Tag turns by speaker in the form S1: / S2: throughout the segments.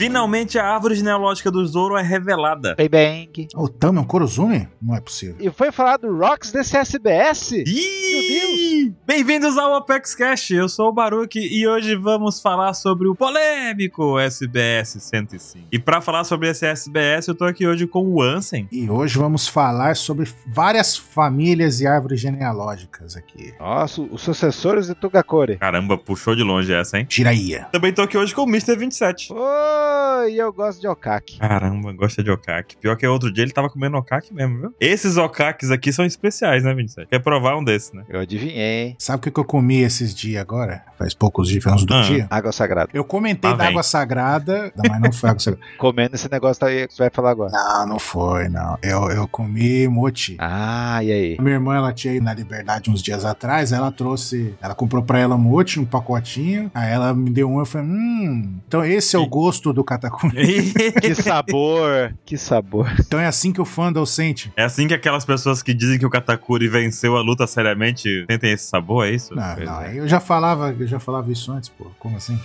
S1: Finalmente a árvore genealógica do Zoro é revelada.
S2: Bang Bang.
S3: O Tama é um Kurozumi? Não é possível.
S2: E foi falar do Rocks desse SBS?
S1: Ih! Bem-vindos ao Apex Cash, eu sou o Baruque e hoje vamos falar sobre o polêmico SBS 105. E pra falar sobre esse SBS, eu tô aqui hoje com o Ansem.
S3: E hoje vamos falar sobre várias famílias e árvores genealógicas aqui.
S2: Nossa, os sucessores de Tugakore.
S1: Caramba, puxou de longe essa, hein?
S3: Jiraiya.
S1: Também tô aqui hoje com o Mr. 27.
S2: Oi, eu gosto de Okaki.
S1: Caramba, gosta de okak. Pior que outro dia ele tava comendo okak mesmo, viu? Esses okaks aqui são especiais, né, 27? Quer provar um desses, né?
S2: Eu adivinhei.
S3: Sabe o que que eu comi esses dias agora? Faz poucos dias, faz uns dois
S1: Ah.
S3: dias.
S2: Água sagrada.
S3: Eu comentei
S1: Lá
S3: da
S1: vem.
S3: água sagrada, não, mas não foi água sagrada.
S2: Comendo esse negócio aí que você vai falar agora.
S3: Não, não foi, não. Eu, eu comi mochi.
S2: Ah, e aí?
S3: A Minha irmã, ela tinha ido na Liberdade uns dias atrás, ela trouxe, ela comprou pra ela mochi, um pacotinho, aí ela me deu um, eu falei, hum, então esse é o gosto do Katakuri.
S2: Que sabor! que sabor.
S3: Então é assim que o fandom sente.
S1: É assim que aquelas pessoas que dizem que o Katakuri venceu a luta seriamente sentem esse sabor, é isso?
S3: Não,
S1: Pois
S3: não,
S1: é.
S3: eu já falava, eu já falava isso antes, pô, como assim?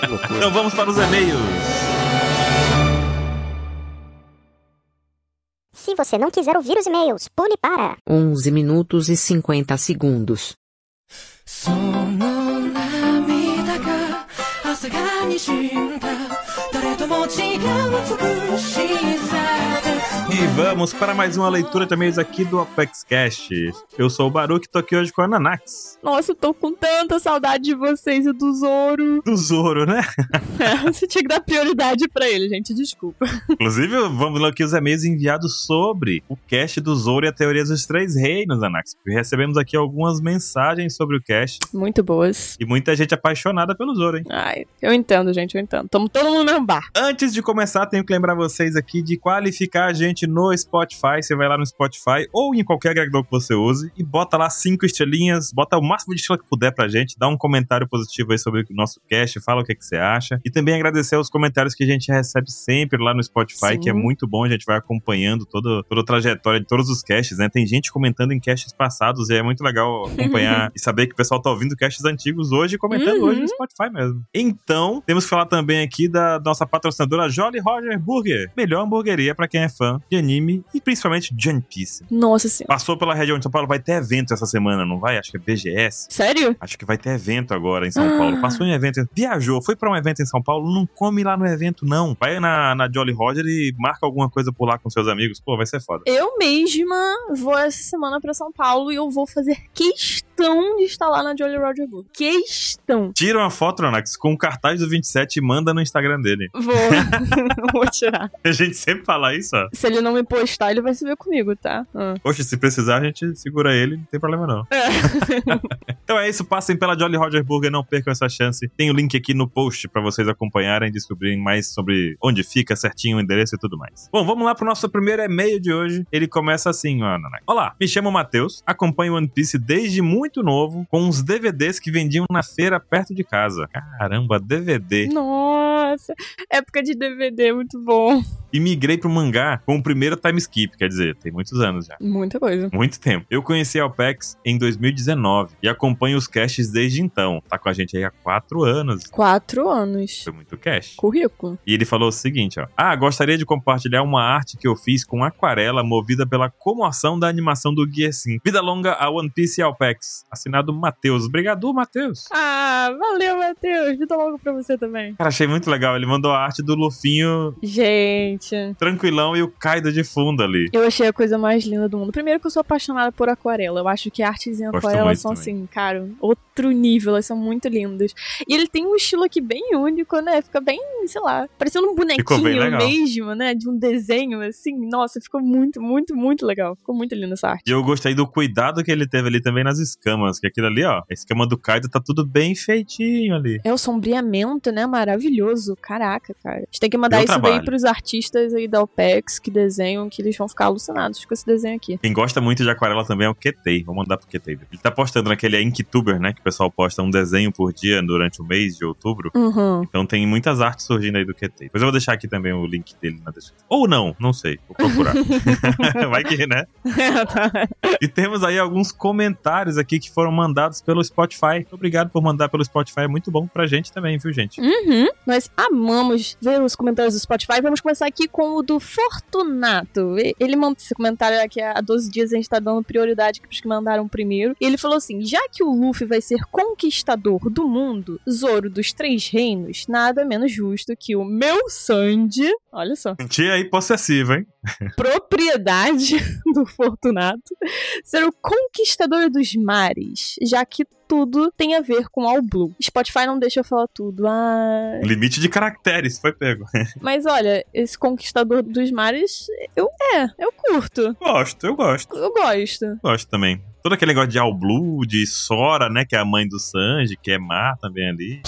S2: Que loucura.
S1: Então vamos para os e-mails.
S4: Se você não quiser ouvir os e-mails, pule para
S5: 11 minutos e 50 segundos.
S6: その涙が朝がにじんだ誰とも違う美しさで
S1: E vamos para mais uma leitura de e-mails aqui do Apex Cash. Eu sou o Baruque, tô aqui hoje com a Nanax.
S7: Nossa, eu tô com tanta saudade de vocês e do Zoro.
S1: Do Zoro, né?
S7: Você tinha que dar prioridade pra ele, gente. Desculpa.
S1: Inclusive, vamos ler aqui os e-mails enviados sobre o cast do Zoro e a teoria dos três reinos, Anax. Recebemos aqui algumas mensagens sobre o cast
S7: Muito boas.
S1: e muita gente apaixonada pelo Zoro, hein?
S7: Ai, eu entendo, gente, eu entendo. Tamo todo mundo no mesmo bar.
S1: Antes de começar, tenho que lembrar vocês aqui de qualificar a gente no Spotify. Você vai lá no Spotify ou em qualquer agregador que você use e bota lá cinco estrelinhas, bota o máximo de estrela que puder pra gente, dá um comentário positivo aí sobre o nosso cast, fala o que, que você acha. E também agradecer os comentários que a gente recebe sempre lá no Spotify,
S7: Sim.
S1: que é muito bom. A gente vai acompanhando todo, toda a trajetória de todos os casts, né? Tem gente comentando em casts passados e é muito legal acompanhar e saber que o pessoal tá ouvindo casts antigos hoje e comentando
S7: Uhum.
S1: hoje no Spotify mesmo. Então, temos que falar também aqui da nossa patrocinadora Jolly Roger Burger. Melhor hamburgueria pra quem é fã de anime e principalmente de One Piece.
S7: Nossa senhora.
S1: Passou pela região de São Paulo, vai ter evento essa semana, não vai? Acho que é BGS.
S7: Sério?
S1: Acho que vai ter evento agora em São
S7: Ah.
S1: Paulo. Passou em evento, viajou, foi pra um evento em São Paulo, não come lá no evento, não. Vai na, na Jolly Roger e marca alguma coisa por lá com seus amigos. Pô, vai ser foda.
S7: Eu mesma vou essa semana pra São Paulo e eu vou fazer questão de estar lá na Jolly Roger Burger. Questão.
S1: Tira uma foto, Anax, com o cartaz do 27 e manda no Instagram dele.
S7: Vou. vou tirar.
S1: A gente sempre fala isso, ó.
S7: Se ele não me postar, ele vai se ver comigo, tá? Ah.
S1: Poxa, se precisar, a gente segura ele, não tem problema não. então é isso, passem pela Jolly Roger Burger, não percam essa chance. Tem o link aqui no post pra vocês acompanharem, descobrirem mais sobre onde fica certinho o endereço e tudo mais. Bom, vamos lá pro nosso primeiro e-mail de hoje. Ele começa assim, ó, Nanai. Olá, me chamo Matheus, acompanho One Piece desde muito novo, com uns DVDs que vendiam na feira perto de casa. Caramba, DVD.
S7: Nossa, época de DVD, muito bom.
S1: E migrei pro mangá com o primeiro time skip, quer dizer, tem muitos anos já.
S7: Muita coisa.
S1: Muito tempo. Eu conheci a Alpex em 2019 e acompanho os casts desde então. Tá com a gente aí há quatro anos.
S7: Quatro anos.
S1: Foi muito cash.
S7: Currículo.
S1: E ele falou o seguinte, ó. Ah, gostaria de compartilhar uma arte que eu fiz com aquarela movida pela comoção da animação do Gear 5. Vida longa a One Piece e Alpex. Assinado Matheus. Obrigado, Matheus.
S7: Ah, valeu, Matheus. Vida logo pra você também.
S1: Cara, achei muito legal. Ele mandou a arte do Lufinho
S7: Gente,
S1: tranquilão e o Kaido de fundo ali.
S7: eu achei a coisa mais linda do mundo. Primeiro que eu sou apaixonada por aquarela. Eu acho que artes em
S1: Gosto
S7: aquarela
S1: muito
S7: são
S1: também.
S7: assim, cara, outro nível. Elas são muito lindas. E ele tem um estilo aqui bem único, né? Fica bem, sei lá, parecendo um
S1: Ficou bem
S7: bonequinho
S1: legal.
S7: mesmo, né? De um desenho, assim. Nossa, ficou muito, muito, muito legal. Ficou muito linda essa arte.
S1: E eu gostei do cuidado que ele teve ali também nas escamas. Que aquilo ali, ó. A escama do Kaido tá tudo bem feitinho ali.
S7: É o sombreamento, né? Maravilhoso. Caraca, cara. A gente tem que mandar
S1: Deu
S7: isso
S1: trabalho.
S7: daí pros artistas artistas aí da OPEX que desenham que eles vão ficar alucinados com esse desenho aqui.
S1: Quem gosta muito de aquarela também é o Ketei. Vou mandar pro Ketei. Ele tá postando naquele Inktuber, né? Que o pessoal posta um desenho por dia durante o mês de outubro.
S7: Uhum.
S1: Então tem muitas artes surgindo aí do QT. Depois eu vou deixar aqui também o link dele na descrição. Ou não, não sei. Vou procurar. Vai que, né? E temos aí alguns comentários aqui que foram mandados pelo Spotify. Muito Obrigado por mandar pelo Spotify. É muito bom pra gente também, viu, gente?
S7: Uhum. Nós amamos ver os comentários do Spotify. Vamos começar aqui com o do Fortunato. E- Ele mandou esse comentário aqui há 12 dias, a gente tá dando prioridade para os que mandaram primeiro. E ele falou assim: já que o Luffy vai ser conquistador do mundo, Zoro dos Três Reinos, nada menos justo que o meu Sandy, olha só,
S1: Tia aí possessiva, hein?
S7: propriedade do Fortunato, ser o conquistador dos mares, já que tudo tem a ver com All Blue. Spotify não deixa eu falar tudo. Ah,
S1: Limite de caracteres, foi pego.
S7: Mas olha, esse Conquistador dos Mares, eu é, eu curto.
S1: Gosto, eu gosto.
S7: Eu gosto.
S1: Gosto também. Todo aquele negócio de All Blue, de Sora, né? Que é a mãe do Sanji, que é Mar também ali.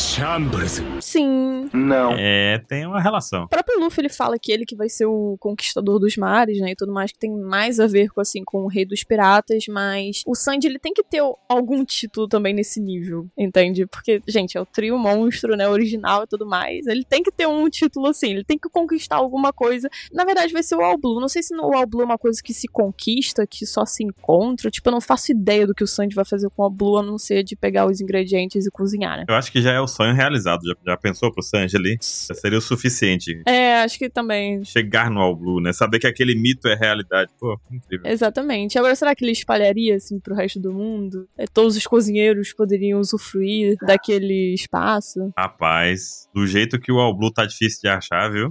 S7: Sim.
S1: É, tem uma relação.
S7: O próprio Luffy ele fala que ele que vai ser o conquistador dos mares, né, e tudo mais que tem mais a ver com assim com o rei dos piratas, mas o Sandy ele tem que ter o- algum título também nesse nível, entende? Porque gente, é o trio monstro, né, original e tudo mais. Ele tem que ter um título assim, ele tem que conquistar alguma coisa Na verdade, vai ser o All Blue. Não sei se no All Blue é uma coisa que se conquista, que só se encontra. Tipo, eu não faço ideia do que o Sandy vai fazer com o All Blue, a não ser de pegar os ingredientes e cozinhar, né?
S1: Eu acho que já é o sonho realizado. Já, já pensou pro Sanji ali? Já seria o suficiente.
S7: É, acho que também.
S1: Chegar no All Blue, né? Saber que aquele mito é realidade. Pô, incrível.
S7: Exatamente. Agora, será que ele espalharia, assim, pro resto do mundo? É, todos os cozinheiros poderiam usufruir daquele espaço?
S1: Rapaz, do jeito que o All Blue tá difícil de achar, viu?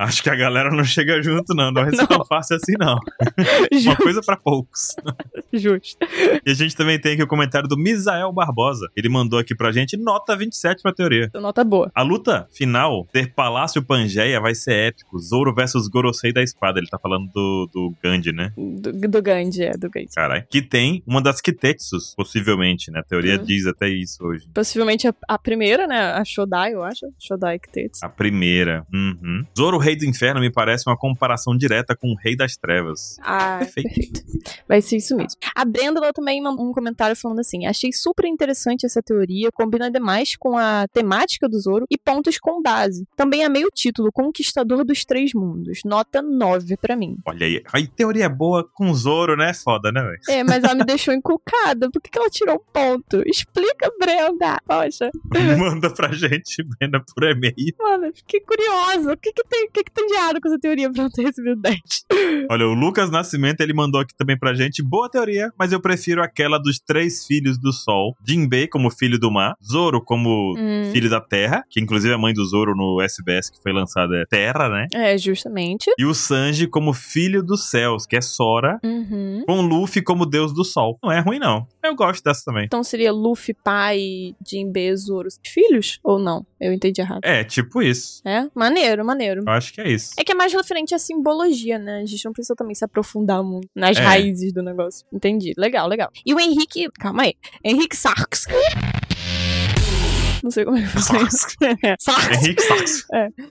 S1: Acho que a galera não chega junto, não. Não é
S7: Não.
S1: tão fácil assim, não. Uma
S7: Ju-
S1: coisa pra poucos.
S7: Justo.
S1: E a gente também tem aqui o comentário do Misael Barbosa. Ele mandou aqui pra gente nota 27 pra teoria.
S7: Então, nota boa.
S1: A luta final ter Palácio Pangeia vai ser épico. Zoro versus Gorosei da espada. Ele tá falando do, do Gandhi, né?
S7: Do, do Gandhi, é, do Gandhi.
S1: Caralho. Que tem uma das Kitetsus, possivelmente, né? A teoria
S7: Hum.
S1: diz até isso hoje.
S7: Possivelmente a, a primeira, né? A Shodai, eu acho. Shodai Kitetsu.
S1: A primeira. Uhum. Zoro, Rei do Inferno, me parece uma comparação direta com o Rei das Trevas.
S7: Ah,
S1: Perfeito.
S7: perfeito. Vai ser isso mesmo. A Brenda ela também mandou um comentário falando assim: achei super interessante essa teoria, combina demais com a temática do Zoro e pontos com base. Também amei o título Conquistador dos Três Mundos, nota 9 pra mim.
S1: Olha aí. Aí, teoria boa com Zoro, né? Foda, né, velho?
S7: É, mas ela me deixou encucada. Por que, que ela tirou um ponto? Explica, Brenda. Poxa,
S1: Manda pra gente, Brenda, por e-mail.
S7: mano, fiquei curiosa. O que, que tem, o que, que tem de errado com essa teoria pra não ter recebido 10?
S1: Olha, o Lucas Nascimento, ele mandou aqui também pra gente. Boa teoria, mas eu prefiro aquela dos três filhos do Sol. Jinbei como filho do mar. Zoro como
S7: Hum.
S1: filho da Terra, que inclusive a mãe do Zoro no SBS que foi lançada é Terra, né?
S7: É, justamente.
S1: E o Sanji como filho dos céus, que é Sora.
S7: Uhum.
S1: Com Luffy como deus do sol. Não é ruim, não. Eu gosto dessa também.
S7: Então seria Luffy, pai, Jinbe, Zoro, filhos? Ou não? Eu entendi errado.
S1: É, tipo isso.
S7: É? Maneiro, maneiro.
S1: Eu acho que é isso.
S7: É que é mais referente à simbologia, né? A gente não precisa também se aprofundar muito nas
S1: É.
S7: raízes do negócio. Entendi. Legal, legal. E o Henrique. Calma aí. Henrique Sarks. Não sei como é que fala isso. Sarks.
S1: Henrique Saxo.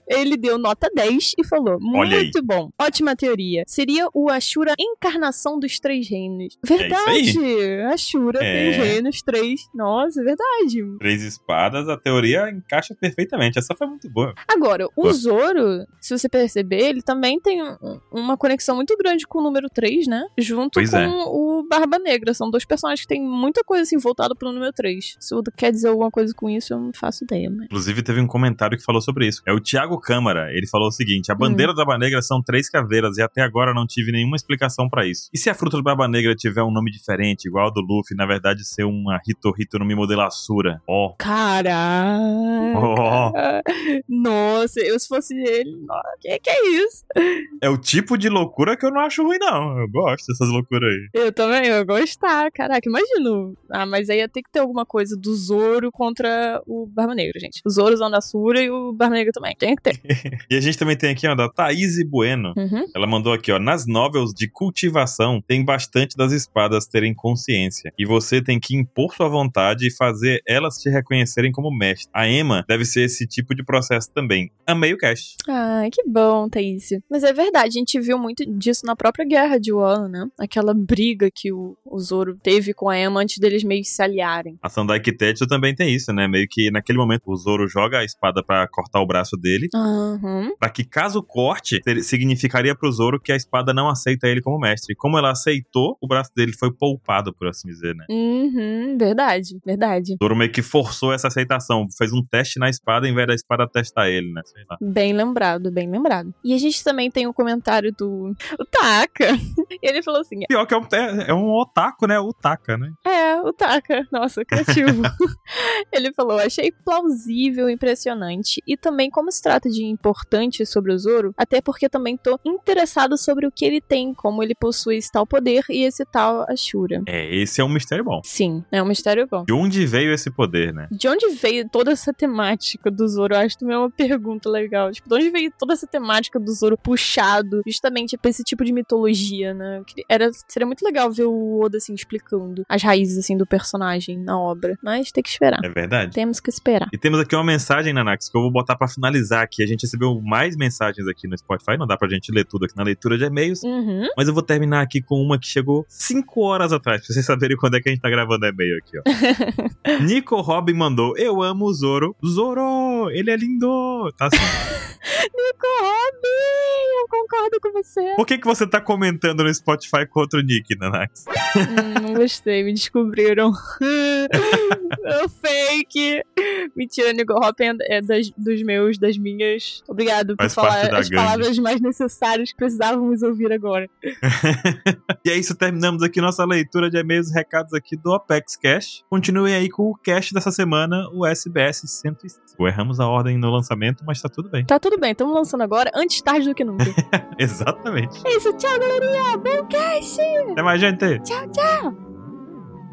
S7: Ele deu nota 10 e falou:
S1: Olha aí.
S7: Muito bom. Ótima teoria. Seria o Ashura encarnação dos três reinos.
S1: É isso aí.
S7: Verdade. Ashura,
S1: É.
S7: três reinos, três. Nossa, é verdade.
S1: Três espadas, a teoria encaixa perfeitamente. Essa foi muito boa.
S7: Agora, o
S1: Ué.
S7: Zoro, se você perceber, ele também tem um- uma conexão muito grande com o número 3, né? Junto
S1: Pois
S7: com
S1: é.
S7: o Barba Negra. São dois personagens que têm muita coisa assim voltada pro número 3. Se o Oda quer dizer alguma coisa com isso, eu não faço ideia, mas.
S1: Inclusive, teve um comentário que falou sobre isso. É o Thiago Câmara. Ele falou o seguinte: a bandeira da Barba Negra são três caveiras e até agora não tive nenhuma explicação pra isso. E se a fruta do Barba Negra tiver um nome diferente, igual ao do Luffy, na verdade ser uma Hito Hito no Mimodelassura? Ó.
S7: Caraca!
S1: Ó.
S7: Nossa, eu se fosse ele. nossa, Que que é isso?
S1: É o tipo de loucura que eu não acho ruim, não. Eu gosto dessas loucuras aí.
S7: Eu também, eu ia gostar. Caraca, imagino. Ah, mas aí ia ter que ter alguma coisa do Zoro contra o o Barba Negra, gente. O Zoro usando a Sura e o Barba Negra também. Tem que ter.
S1: E a gente também tem aqui, ó, da Thaís Bueno.
S7: Uhum.
S1: Ela mandou aqui, ó. Nas novels de cultivação, tem bastante das espadas terem consciência. E você tem que impor sua vontade e fazer elas te reconhecerem como mestre. A Emma deve ser esse tipo de processo também. Amei o cast.
S7: Ai, que bom, Thaís. Mas é verdade, a gente viu muito disso na própria guerra de Wano, né? Aquela briga que o, o Zoro teve com a Emma antes deles meio que se aliarem.
S1: A Sandai Kitetsu também tem isso, né? Meio que naquele momento o Zoro joga a espada pra cortar o braço dele.
S7: Aham.
S1: Pra que caso corte, ter- significaria pro Zoro que a espada não aceita ele como mestre. E Como ela aceitou, o braço dele foi poupado, por assim dizer, né?
S7: Uhum, verdade, verdade.
S1: Zoro meio que forçou essa aceitação, fez um teste na espada em vez da espada testar ele, né? Sei lá.
S7: Bem lembrado, bem lembrado. E a gente também tem o comentário do o Taka. E ele falou assim:
S1: Pior que é um, é, é um otaku, né? O Taka, né?
S7: É, o Taka. Nossa, criativo. Ele falou: achei plausível, impressionante. E também, como se trata de importante sobre o Zoro, até porque também tô interessado sobre o que ele tem, como ele possui esse tal poder e esse tal Ashura.
S1: É, esse é um mistério bom.
S7: Sim, é um mistério bom.
S1: De onde veio esse poder, né?
S7: De onde veio toda essa temática do Zoro? Eu acho também é uma pergunta legal. Tipo, de onde veio toda essa temática do Zoro puxado justamente pra esse tipo de mitologia, né? Eu queria- Era, seria muito legal ver o Oda, assim, explicando as raízes, assim, do personagem na obra. Mas tem que esperar.
S1: É verdade.
S7: Temos que esperar.
S1: E temos aqui uma mensagem, Nanax, que eu vou botar pra finalizar aqui. A gente recebeu mais mensagens aqui no Spotify, não dá pra gente ler tudo aqui na leitura de e-mails,
S7: Uhum.
S1: mas eu vou terminar aqui com uma que chegou 5 horas atrás, pra vocês saberem quando é que a gente tá gravando e-mail aqui, ó. Nico Robin mandou: Eu amo o Zoro. Zoro, ele é lindo! Tá assim.
S7: Nico Robin! Eu concordo com você.
S1: Por que, que você tá comentando no Spotify com outro Nick, Nanax?
S7: Hum, não gostei, me descobriram. Meu fake. Mentira, Nico Hoppin é das- dos meus, das minhas. Obrigado por
S1: Faz parte
S7: falar
S1: da
S7: as
S1: gangue.
S7: palavras mais necessárias que precisávamos ouvir agora.
S1: E é isso, terminamos aqui nossa leitura de e-mails e recados aqui do Apex Cash. Continuem aí com o cash dessa semana, o SBS 105. Erramos a ordem no lançamento, mas tá tudo bem.
S7: Tá tudo bem, estamos lançando agora, antes tarde do que nunca.
S1: Exatamente.
S7: é isso, tchau, galerinha. Bom cast.
S1: Até mais, gente!
S7: Tchau, tchau.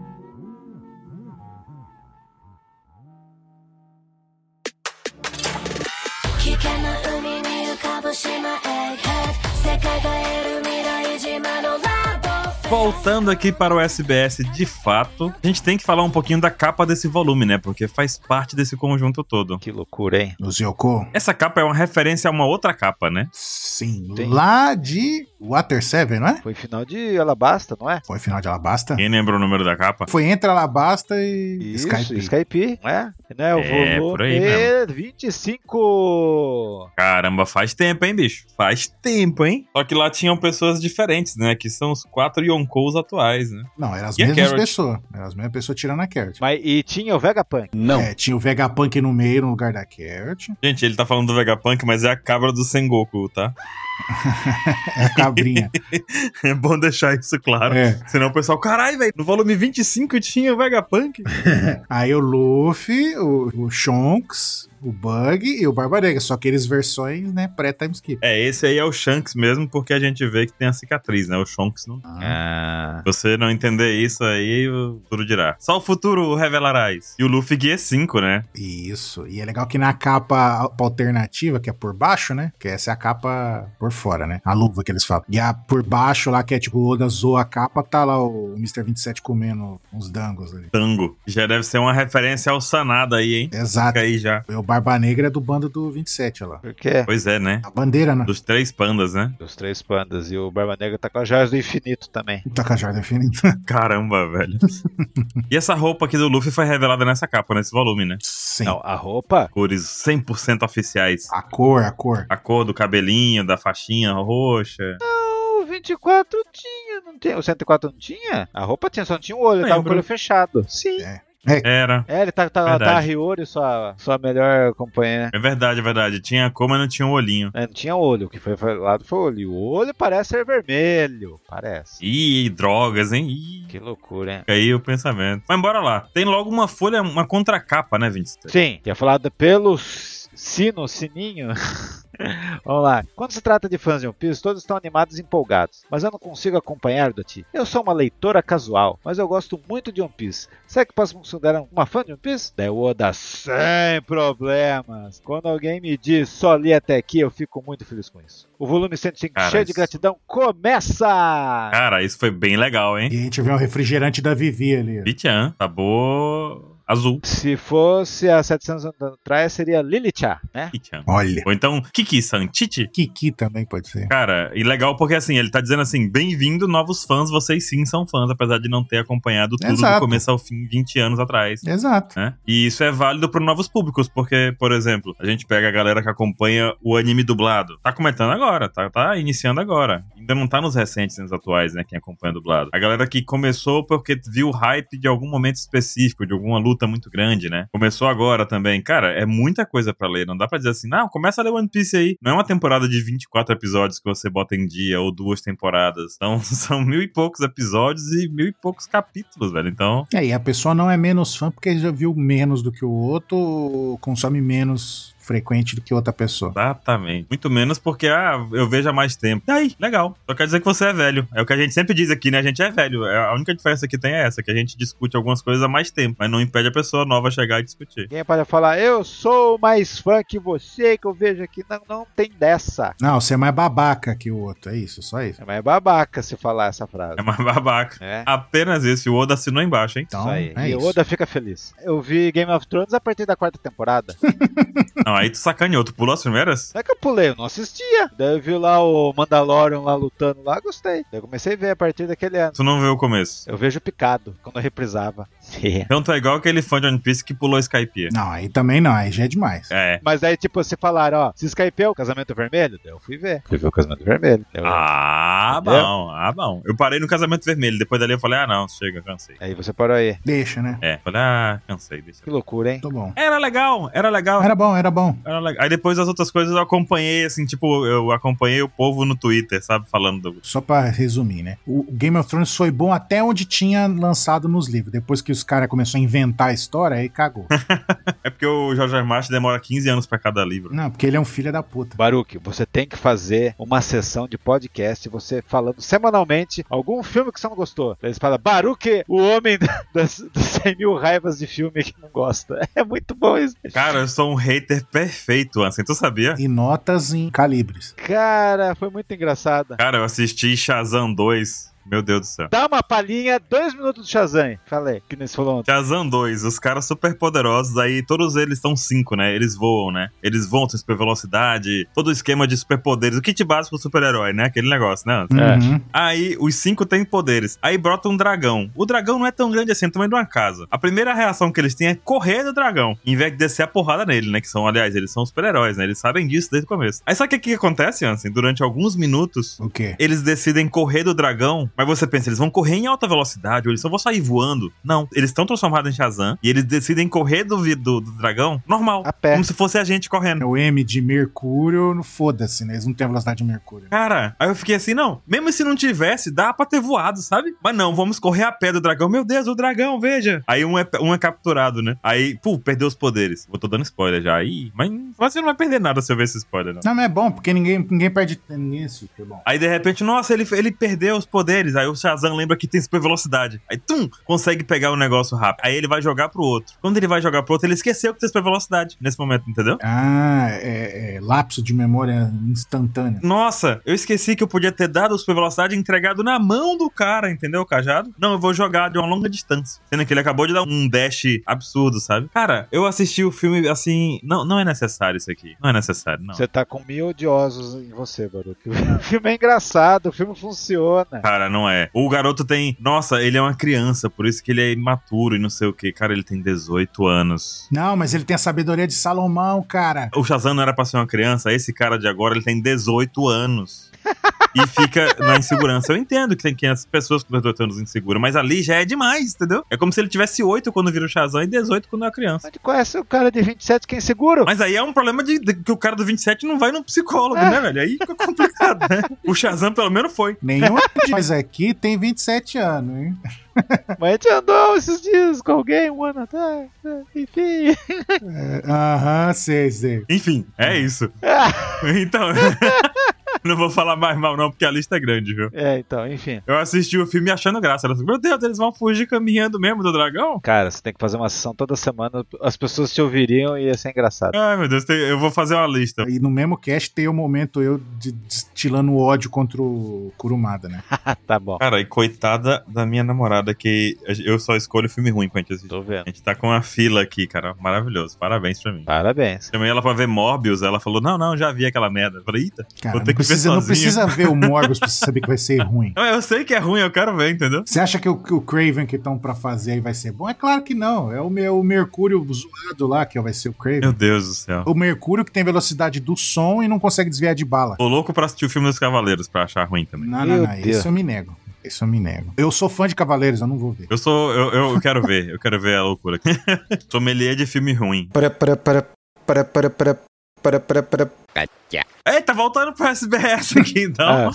S6: 「危険な海に浮かぶ島エッグヘッド」「世界が得る未来島のラボ」
S1: Voltando aqui para o SBS de fato, a gente tem que falar um pouquinho da capa desse volume, né? Porque faz parte desse conjunto todo.
S2: Que loucura, hein?
S3: Nos Yoko?
S1: Essa capa é uma referência a uma outra capa, né?
S3: Sim.
S2: Tem.
S3: Lá de Water 7, não é?
S2: Foi final de Alabasta, não é?
S3: Foi final de Alabasta?
S1: Quem lembra o número da capa?
S3: Foi entre Alabasta e
S2: Isso,
S3: Skype.
S2: Skype. Skype, não é? Não é, o
S1: É,
S2: volume
S1: por aí mesmo.
S2: 25!
S1: Caramba, faz tempo, hein, bicho? Faz tempo, hein? Só que lá tinham pessoas diferentes, né? Que são os quatro Yonkous atuais, né?
S3: Não, eram as
S1: E a
S3: mesmas
S1: Carrot?
S3: pessoas. Eram as mesmas pessoas tirando a Carrot.
S2: Mas, e tinha o Vegapunk.
S3: Não. É, tinha o Vegapunk no meio, no lugar da Carrot.
S1: Gente, ele tá falando do Vegapunk, mas é a cabra do Sengoku, tá?
S3: É a cabrinha.
S1: É bom deixar isso claro.
S3: É.
S1: Senão o pessoal, carai, velho, no volume 25 tinha o Vegapunk.
S3: Aí o Luffy, o, o Shonks, o Bug e o Barbarega. Só aqueles versões, né, pré-time skip.
S1: é, esse aí é o Shanks mesmo, porque a gente vê que tem a cicatriz, né? O Shanks não.
S2: Ah.
S1: Se Você não entender isso aí, o futuro dirá. Só o futuro revelará isso. E o Luffy Guia 5, né?
S3: Isso. E é legal que na capa alternativa, que é por baixo, né? Que essa é a capa por fora, né? A luva que eles falam. E a por baixo lá, que é tipo o Oda zoa a capa, tá lá o Mr. 27 comendo uns dangos ali.
S1: Tango. Já deve ser uma referência ao Sanada aí, hein?
S3: Exato.
S1: Fica aí já.
S3: O Barba Negra é do bando do 27, olha lá.
S2: Por quê?
S1: Pois é, né?
S3: A bandeira, né?
S1: Dos três pandas, né?
S2: Os três pandas e o Barba Negra tá com as joias do infinito também.
S3: Tá com a jarda infinita.
S1: Caramba, velho. e essa roupa aqui do Luffy foi revelada nessa capa, nesse volume, né?
S3: Sim.
S2: Não, a roupa
S1: Cores 100% oficiais.
S3: A cor, a cor.
S1: A cor do cabelinho, da faixinha roxa.
S2: O 24 tinha, não tem? O 104 não tinha? A roupa tinha, só não tinha o olho, tava com o
S1: Lembro.
S2: olho fechado. Sim.
S3: É.
S1: Era.
S2: É, ele tá, tá,
S1: Verdade.
S2: tá a Hiyori, sua, sua melhor companheira.
S1: É verdade, é verdade. Tinha a cor, mas não tinha o olhinho.
S2: É, não tinha olho, o que foi falado foi olho. E o olho parece ser vermelho, parece.
S1: Ih, drogas, hein? Ih.
S2: Que loucura, hein?
S1: Fica Aí o
S2: Tá
S1: pensamento. Mas bora lá. Tem logo uma folha, uma contracapa, né, Vince?
S2: Sim, que é falado pelos Sino, sininho. Vamos lá. Quando se trata de fãs de One Piece, todos estão animados e empolgados. Mas eu não consigo acompanhar, Doti. Eu sou uma leitora casual, mas eu gosto muito de One Piece. Será que posso me considerar uma fã de One Piece? Daí o Oda, sem problemas. Quando alguém me diz, só li até aqui, eu fico muito feliz com isso. O volume 105,
S1: Cara,
S2: cheio de
S1: isso-
S2: gratidão, começa!
S1: Cara, isso foi bem legal, hein?
S3: E a gente vê um refrigerante da Vivi ali.
S1: Bichan, sabor azul.
S2: Se fosse há 700 anos atrás, seria Lilicha, né?
S1: Bichan.
S3: Olha.
S1: Ou então, Kiki-san, Titi.
S3: Kiki também pode ser.
S1: Cara, e legal porque assim, ele tá dizendo assim: bem-vindo, novos fãs, vocês sim são fãs, apesar de não ter acompanhado tudo do
S3: Exato.
S1: começo ao fim 20 anos atrás.
S3: Exato.
S1: né? E isso é válido para novos públicos, porque, por exemplo, a gente pega a galera que acompanha o anime dublado. Tá comentando agora, tá, tá iniciando agora. Ainda não tá nos recentes, nos atuais, né? Quem acompanha dublado. A galera que começou porque viu o hype de algum momento específico, de alguma luta muito grande, né? Começou agora também. Cara, é muita coisa pra ler. Não dá pra dizer assim, não, começa a ler One Piece aí. Não é uma temporada de 24 episódios que você bota em dia, ou duas temporadas. Então, são mil e poucos episódios e mil e poucos capítulos, velho. Então,
S3: É, e a pessoa não é menos fã porque já viu menos do que o outro, ou consome menos frequente do que outra pessoa.
S1: Exatamente. Muito menos porque, ah, eu vejo há mais tempo. Daí, legal. Só quer dizer que você é velho. É o que a gente sempre diz aqui, né? A gente é velho. É, A única diferença que tem é essa, que a gente discute algumas coisas há mais tempo, mas não impede a pessoa nova chegar e discutir.
S2: Ninguém pode falar, eu sou mais fã que você, que eu vejo aqui. Não, não tem dessa.
S3: Não, você é mais babaca que o outro, é isso, só isso.
S2: É mais babaca se falar essa frase. né?
S1: É uma babaca.
S2: É.
S1: Apenas esse. O Oda assinou embaixo, hein?
S3: Então,
S2: isso aí.
S3: é
S2: e
S3: isso.
S2: Oda fica feliz. Eu vi Game of Thrones a partir da quarta temporada.
S1: Não, aí tu sacaneou. Tu pulou as primeiras?
S2: Não é que eu pulei, eu não assistia. Daí eu vi lá o Mandalorian lá lutando lá, gostei. Daí eu comecei a ver a partir daquele ano.
S1: Tu não viu o começo.
S2: Eu vejo picado, quando eu reprisava.
S1: Então tu é igual aquele fã de One Piece que pulou Skype.
S3: Não, aí também não, aí já é demais.
S1: É.
S2: Mas daí, tipo, se falaram, ó, se Skypeou o Casamento Vermelho, daí eu fui ver. Fui ver o Casamento Vermelho. Daí eu-
S1: Ah,
S2: Entendeu?
S1: bom. Ah, bom. Eu parei no casamento vermelho. Depois dali eu falei, ah, não, chega, cansei.
S2: Aí você parou aí.
S3: Deixa, né?
S1: É, falei, ah, cansei, deixa.
S2: Que loucura, hein?
S3: Tô bom.
S1: Era legal, era legal.
S3: Era bom, era bom.
S1: Era legal. Aí depois as outras coisas eu acompanhei, assim, tipo, eu acompanhei o povo no Twitter, sabe? Falando do.
S3: Só pra resumir, né? O Game of Thrones foi bom até onde tinha lançado nos livros. Depois que os caras começaram a inventar a história, aí cagou.
S1: É porque o Jorge R. Martin demora 15 anos pra cada livro.
S3: não, porque ele é um filho da puta.
S2: Baruque, você tem que fazer uma sessão de podcast, você falando semanalmente algum filme que você não gostou. Daí você fala, Baruque, o homem das, das 100 mil raivas de filme que não gosta. É muito bom isso.
S1: Cara, eu sou um hater perfeito, assim, tu sabia?
S3: E notas em calibres.
S2: Cara, foi muito engraçada.
S1: Cara, eu assisti Shazam 2. Meu Deus do céu.
S2: Dá uma palhinha, dois minutos do Shazam. Falei, que nem você falou ontem.
S1: Shazam 2, os caras super poderosos, aí todos eles são cinco, né? Eles voam, né? Eles voam, têm super velocidade, todo o esquema de superpoderes, o kit básico do super-herói, né? Aquele negócio, né?
S2: É.
S3: Uhum.
S1: Aí os cinco têm poderes. Aí brota um dragão. O dragão não é tão grande assim, é o tamanho de uma casa. A primeira reação que eles têm é correr do dragão, em vez de descer a porrada nele, né? Que são, aliás, eles são super-heróis, né? Eles sabem disso desde o começo. Aí sabe o que, que acontece, Ansem? Durante alguns minutos.
S3: O quê?
S1: Eles decidem correr do dragão, mas você pensa, eles vão correr em alta velocidade, ou eles só vão sair voando. Não, eles estão transformados em Shazam e eles decidem correr do, vi- do, do dragão normal.
S2: A pé.
S1: Como se fosse a gente correndo.
S3: É o M de Mercúrio, não foda-se, né? Eles não têm a velocidade de Mercúrio.
S1: Cara, aí eu fiquei assim, não, mesmo se não tivesse, dá pra ter voado, sabe? Mas não, vamos correr a pé do dragão. Meu Deus, o dragão, veja. Aí um é, um é capturado, né? Aí, pô, perdeu os poderes. Eu tô dando spoiler já. Ih, mas você não vai perder nada se eu ver esse spoiler, não.
S3: Não, mas é bom, porque ninguém, ninguém perde nisso, que é bom.
S1: Aí de repente, nossa, ele, ele perdeu os poderes. Aí o Shazam lembra que tem super velocidade. Aí, tum, consegue pegar o negócio rápido. Aí ele vai jogar pro outro. Quando ele vai jogar pro outro, ele esqueceu que tem super velocidade nesse momento, entendeu?
S3: Ah, é, é lapso de memória instantânea.
S1: Nossa, eu esqueci que eu podia ter dado o super velocidade e entregado na mão do cara, entendeu? O cajado. Não, eu vou jogar de uma longa distância. Sendo que ele acabou de dar um dash absurdo, sabe? Cara, eu assisti o filme assim. Não, não é necessário isso aqui. Não é necessário, não.
S2: Você tá com mil odiosos em você, Baruque. O filme é engraçado, o filme funciona.
S1: Cara, não é. O garoto tem. Nossa, ele é uma criança, por isso que ele é imaturo e não sei o que. Cara, ele tem 18 anos.
S3: Não, mas ele tem a sabedoria de Salomão, cara.
S1: O Shazam não era pra ser uma criança, esse cara de agora, ele tem 18 anos. e fica na insegurança. Eu entendo que tem 500 pessoas com 18 anos insegura, mas ali já é demais, entendeu? É como se ele tivesse 8 quando vira o Shazam e 18 quando é criança.
S2: Mas tu conhece o cara de 27 que é inseguro?
S1: Mas aí é um problema de, de- que o cara do 27 não vai num psicólogo, né, velho? Aí fica complicado, né? O Shazam pelo menos foi.
S3: Nenhum de nós aqui tem 27 anos, hein?
S2: Mas a gente andou esses dias com alguém um ano atrás. né? Enfim.
S3: É, Aham, sei, sei.
S1: Enfim, é isso. Então. Não vou falar mais mal, não, porque a lista é grande, viu?
S2: É, então, enfim.
S1: Eu assisti o filme achando graça. Era assim, Meu Deus, eles vão fugir caminhando mesmo do dragão?
S2: Cara, você tem que fazer uma sessão toda semana, as pessoas te ouviriam e ia ser engraçado.
S1: Ai, meu Deus, tem- eu vou fazer uma lista.
S3: E no mesmo cast tem o momento eu de- destilando ódio contra o Kurumada, né?
S2: Ah, tá bom.
S1: Cara, e coitada da minha namorada, que eu só escolho filme ruim pra gente assistir.
S2: Tô
S1: A
S2: vendo.
S1: gente tá com uma fila aqui, cara. Maravilhoso. Parabéns pra mim.
S2: Parabéns.
S1: Chamei ela pra ver Morbius, ela falou: Não, não, já vi aquela merda. Eu falei: Eita.
S3: Cara,
S1: Vou ter
S3: não
S1: que ver
S3: precisa, não
S1: sozinho.
S3: precisa ver o Morbius pra você saber que vai ser ruim.
S1: Não, eu sei que é ruim, eu quero ver, entendeu?
S3: Você acha que o, que o Craven que estão pra fazer aí vai ser bom? É claro que não. É o, meu, o Mercúrio zoado lá que vai ser o Craven.
S1: Meu Deus do céu.
S3: O Mercúrio que tem velocidade do som e não consegue desviar de bala.
S1: Tô louco pra assistir o filme dos Cavaleiros pra achar ruim também.
S3: Não,
S2: Meu
S3: não, não.
S2: Deus.
S3: Isso eu me nego. Isso eu me nego. Eu sou fã de Cavaleiros, eu não vou ver.
S1: Eu sou. Eu, eu quero ver, eu quero ver a loucura. Sommelier de filme ruim.
S8: para para para para para para para para para
S1: Eita, voltando pro SBS aqui então.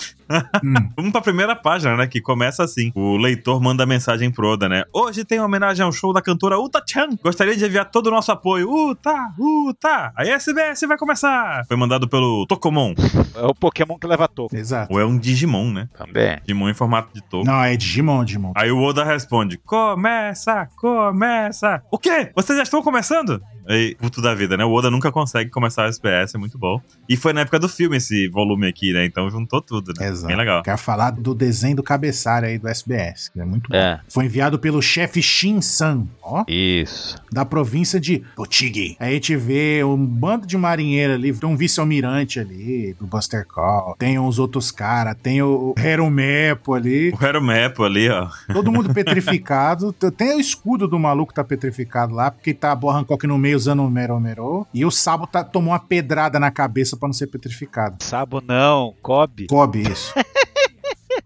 S3: Hum.
S1: Vamos pra primeira página, né? Que começa assim. O leitor manda mensagem pro Oda, né? Hoje tem homenagem ao show da cantora Uta Chan. Gostaria de enviar todo o nosso apoio. Uta, Uta. A SBS vai começar. Foi mandado pelo Tokomon.
S2: É o Pokémon que leva toco.
S3: Exato.
S1: Ou é um Digimon, né?
S2: Também.
S1: Digimon em formato de toco.
S3: Não, é Digimon, Digimon.
S1: Aí o Oda responde: Começa, começa. O quê? Vocês já estão começando? Aí, puto da vida, né? O Oda nunca consegue começar o SBS, é muito bom. E foi na época do filme esse volume aqui, né? Então juntou tudo, né?
S3: Exato.
S1: Bem legal.
S3: Quero falar do desenho do cabeçalho aí do SBS, que é muito bom.
S2: É,
S3: Foi enviado pelo chefe Shin San, ó,
S2: isso.
S3: da província de Otigi. Aí a gente vê um bando de marinheiro ali, tem um vice-almirante ali, do Buster Call, tem uns outros caras, tem o Hero Mepo ali,
S1: O Hero Mepo ali, ó.
S3: todo mundo petrificado. T- Tem o escudo do maluco que tá petrificado lá, porque tá a Boa Hancock no meio usando o Mero Mero. E o Sabo tá, tomou uma pedrada na cabeça pra não ser petrificado.
S2: Sabo não, Kobe.
S3: Cobe isso.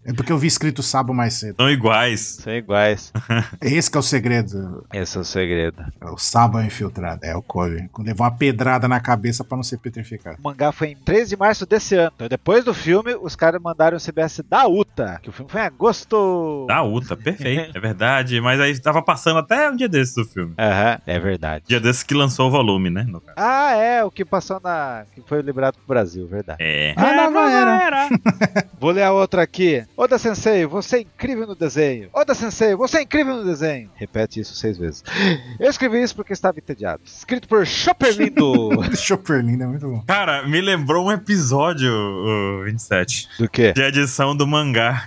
S3: É porque eu vi escrito Sabo mais cedo.
S1: São iguais.
S2: São iguais.
S3: Esse que é o segredo.
S2: Esse é o segredo.
S3: É O Saba é infiltrado, é o Kobe. Levar uma pedrada na cabeça pra não ser petrificado.
S2: O mangá foi em 3 de março desse ano. Então, depois do filme, os caras mandaram o CBS da UTA, que o filme foi em agosto.
S1: Da Uta, perfeito. É verdade. Mas aí tava passando até um dia desses do filme.
S2: Aham, é verdade.
S1: Dia desses que lançou o volume, né? no caso.
S2: Ah, é, o que passou na. que foi liberado pro Brasil, verdade.
S1: É.
S3: Ah, não, não era.
S2: Vou ler a outra aqui. Oda Sensei, você é incrível no desenho. Oda Sensei, você é incrível no desenho. Repete isso seis vezes. Eu escrevi isso porque estava entediado. Escrito por Chopper Lindo.
S3: Chopper lindo é muito bom.
S1: Cara, me lembrou um episódio, o 27.
S2: do quê?
S1: de edição do mangá.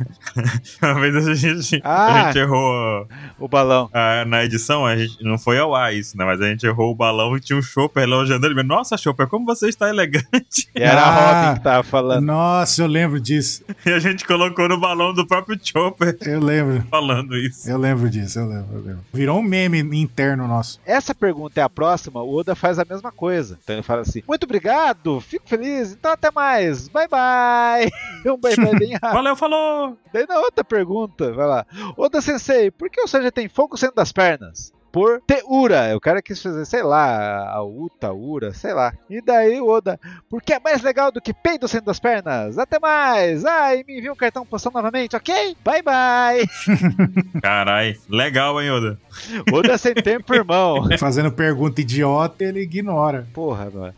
S1: Uma vez a gente,
S2: Ah.
S1: a gente errou
S2: O balão.
S1: ah, na edição, a gente não foi ao ar isso, né? Mas a gente errou o balão e tinha um Chopper elogiando ele. Nossa, Chopper, como você está elegante.
S2: E era
S3: Ah.
S2: a Robin que tava falando.
S3: Nossa, eu lembro disso.
S1: E a gente colocou no balão do próprio Chopper
S3: Eu lembro.
S1: falando isso.
S3: Eu lembro disso, eu lembro, eu lembro. Virou um meme interno nosso.
S2: Essa pergunta é a próxima, o Oda faz a mesma coisa. Então ele fala assim: Muito obrigado, fico feliz, então até mais, bye bye. Um bye bye bem rápido.
S1: Valeu, falou!
S2: Daí na outra pergunta, vai lá: Oda sensei, por que o Sanji tem fogo saindo das pernas? Por Teura, É, o cara quis fazer, sei lá, a Uta, Ura, sei lá. E daí o Oda, porque é mais legal do que peido saindo das pernas. Até mais! Ah, e me envia um cartão postal novamente, ok? Bye bye!
S1: Carai, legal, hein, Oda?
S2: Oda sem tempo, irmão.
S3: Fazendo pergunta idiota, ele ignora.
S2: Porra, mano.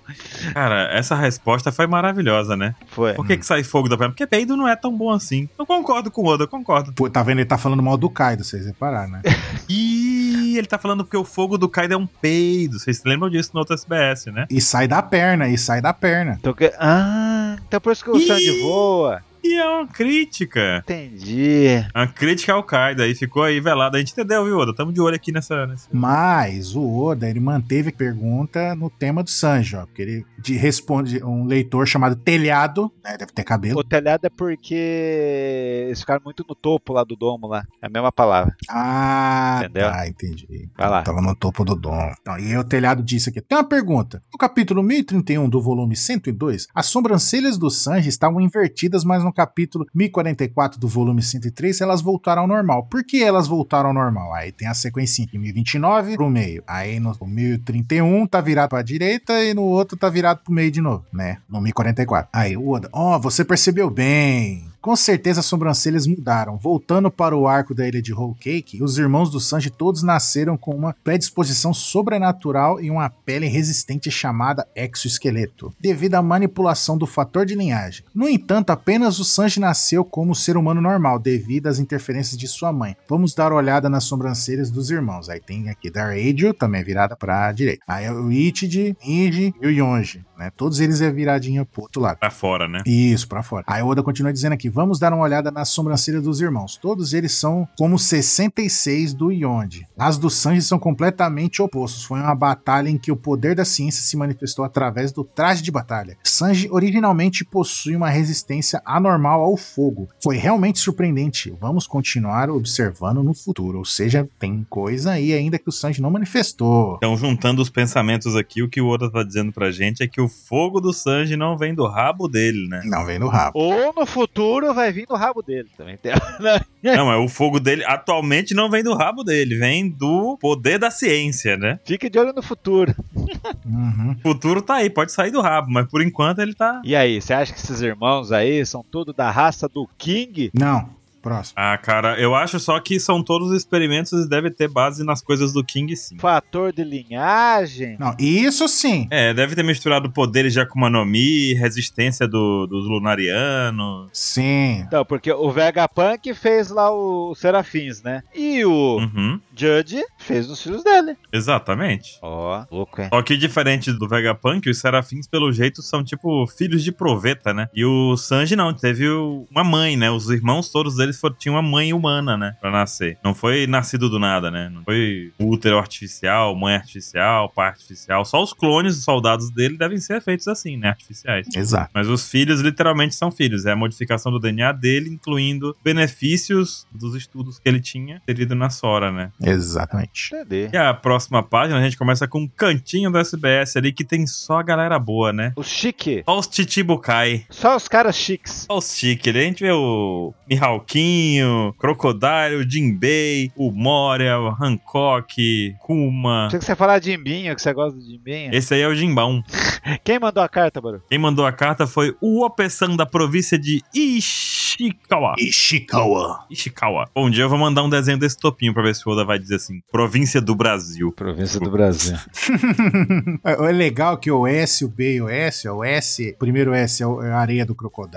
S1: Cara, essa resposta foi maravilhosa, né?
S2: Foi.
S1: Por que, que sai fogo da perna? Porque peido não é tão bom assim. Eu concordo com o Oda, eu concordo.
S3: Pô, tá vendo? Ele tá falando mal do Kaido, vocês repararam, né?
S1: E ele tá falando porque o fogo do Kaido é um peido. Vocês lembram disso no outro SBS, né?
S3: E sai da perna, e sai da perna.
S2: Então, que- ah, então por isso que o
S1: Ih!
S2: Sandy voa.
S1: E é uma crítica.
S2: Entendi.
S1: É Uma crítica ao Qaeda aí ficou aí velada. A gente entendeu, viu, Oda? Tamo de olho aqui nessa. nessa-
S3: Mas o Oda, ele manteve a pergunta no tema do Sanji, ó. Porque ele de- responde um leitor chamado Telhado, né? Deve ter cabelo.
S2: O telhado é porque eles ficaram muito no topo lá do domo lá. É a mesma palavra.
S3: Ah,
S2: Entendeu?
S3: tá, entendi.
S2: Vai lá.
S3: Tava no topo do dom. Então, e aí o telhado disse aqui: tem uma pergunta. um No capítulo 1031 do volume 102, as sobrancelhas do Sanji estavam invertidas, mas não capítulo 1044 do volume 103, elas voltaram ao normal. Por que elas voltaram ao normal? Aí tem a sequencinha aqui, 1029 pro meio. Aí no 1031 tá virado pra direita e no outro tá virado pro meio de novo, né? No 1044. Aí o Oda, ó, você percebeu bem. Com certeza as sobrancelhas mudaram. Voltando para o arco da ilha de Whole Cake, os irmãos do Sanji todos nasceram com uma predisposição sobrenatural e uma pele resistente chamada exoesqueleto, devido à manipulação do fator de linhagem. No entanto, apenas o Sanji nasceu como ser humano normal, devido às interferências de sua mãe. Vamos dar uma olhada nas sobrancelhas dos irmãos. Aí tem aqui da Radio, também é virada para a direita. Aí é o Ichiji, Inji e o Yonji, né? Todos eles é viradinha pro outro lado.
S1: Pra fora, né?
S3: Isso, pra fora. Aí o Oda continua dizendo aqui: vamos dar uma olhada nas sobrancelhas dos irmãos. Todos eles são como 66 do Yonde. As do Sanji são completamente opostos. Foi uma batalha em que o poder da ciência se manifestou através do traje de batalha. Sanji originalmente possui uma resistência anormal ao fogo. Foi realmente surpreendente. Vamos continuar observando no futuro. Ou seja, tem coisa aí ainda que o Sanji não manifestou.
S1: Então, juntando os pensamentos aqui, o que o Oda tá dizendo pra gente é que o fogo do Sanji não vem do rabo dele, né?
S3: Não vem no rabo.
S2: Ou no futuro vai vir no rabo dele também. tem-
S1: Não, é o fogo dele atualmente não vem do rabo dele, vem do poder da ciência, né?
S2: Fique de olho no futuro.
S3: Uhum.
S1: O futuro tá aí, pode sair do rabo, mas por enquanto ele tá.
S2: E aí, você acha que esses irmãos aí são tudo da raça do King?
S3: Não. Próximo.
S1: Ah, cara, eu acho só que são todos experimentos e deve ter base nas coisas do King, sim.
S2: Fator de linhagem?
S3: Não, isso sim.
S1: É, deve ter misturado poderes de Akuma no Mi, resistência do, dos Lunarianos.
S3: Sim.
S2: Então, porque o Vegapunk fez lá o Serafins, né? E o
S1: Uhum,
S2: Judge fez nos filhos dele.
S1: exatamente.
S2: Ó, louco, hein?
S1: Só que diferente do Vegapunk, os Serafins, pelo jeito, são tipo filhos de proveta, né? E o Sanji não, teve o- uma mãe, né? Os irmãos todos eles foram, tinham uma mãe humana, né? Pra nascer. Não foi nascido do nada, né? Não foi útero artificial, mãe artificial, pai artificial. Só os clones, os soldados dele devem ser feitos assim, né? Artificiais.
S3: Exato.
S1: Mas os filhos literalmente são filhos. É a modificação do DNA dele, incluindo benefícios dos estudos que ele tinha terido na Sora, né?
S3: Exatamente.
S2: Entendi.
S1: E a próxima página a gente começa com um cantinho do SBS ali que tem só a galera boa, né?
S2: O chique.
S1: Só os Titibucai.
S2: Só os caras chiques.
S1: Só os chique. ali. A gente vê o Mihawkinho, Crocodile, o Jinbei, o Moria, o Hancock, Kuma.
S2: Achei que você ia falar de Jimbinho, que você gosta de Jimbinho.
S1: Esse aí é o Jimbão.
S2: Quem mandou a carta, Baru?
S1: Quem mandou a carta foi o Opesan da província de Ishikawa.
S3: Ishikawa.
S1: Ishikawa. Bom dia, eu vou mandar um desenho desse topinho pra ver se o Oda vai dizer assim: Província do Brasil.
S2: Província do Brasil.
S3: É é legal que o S, o B e o S, é o S, o primeiro S é o- é a areia do crocodilo,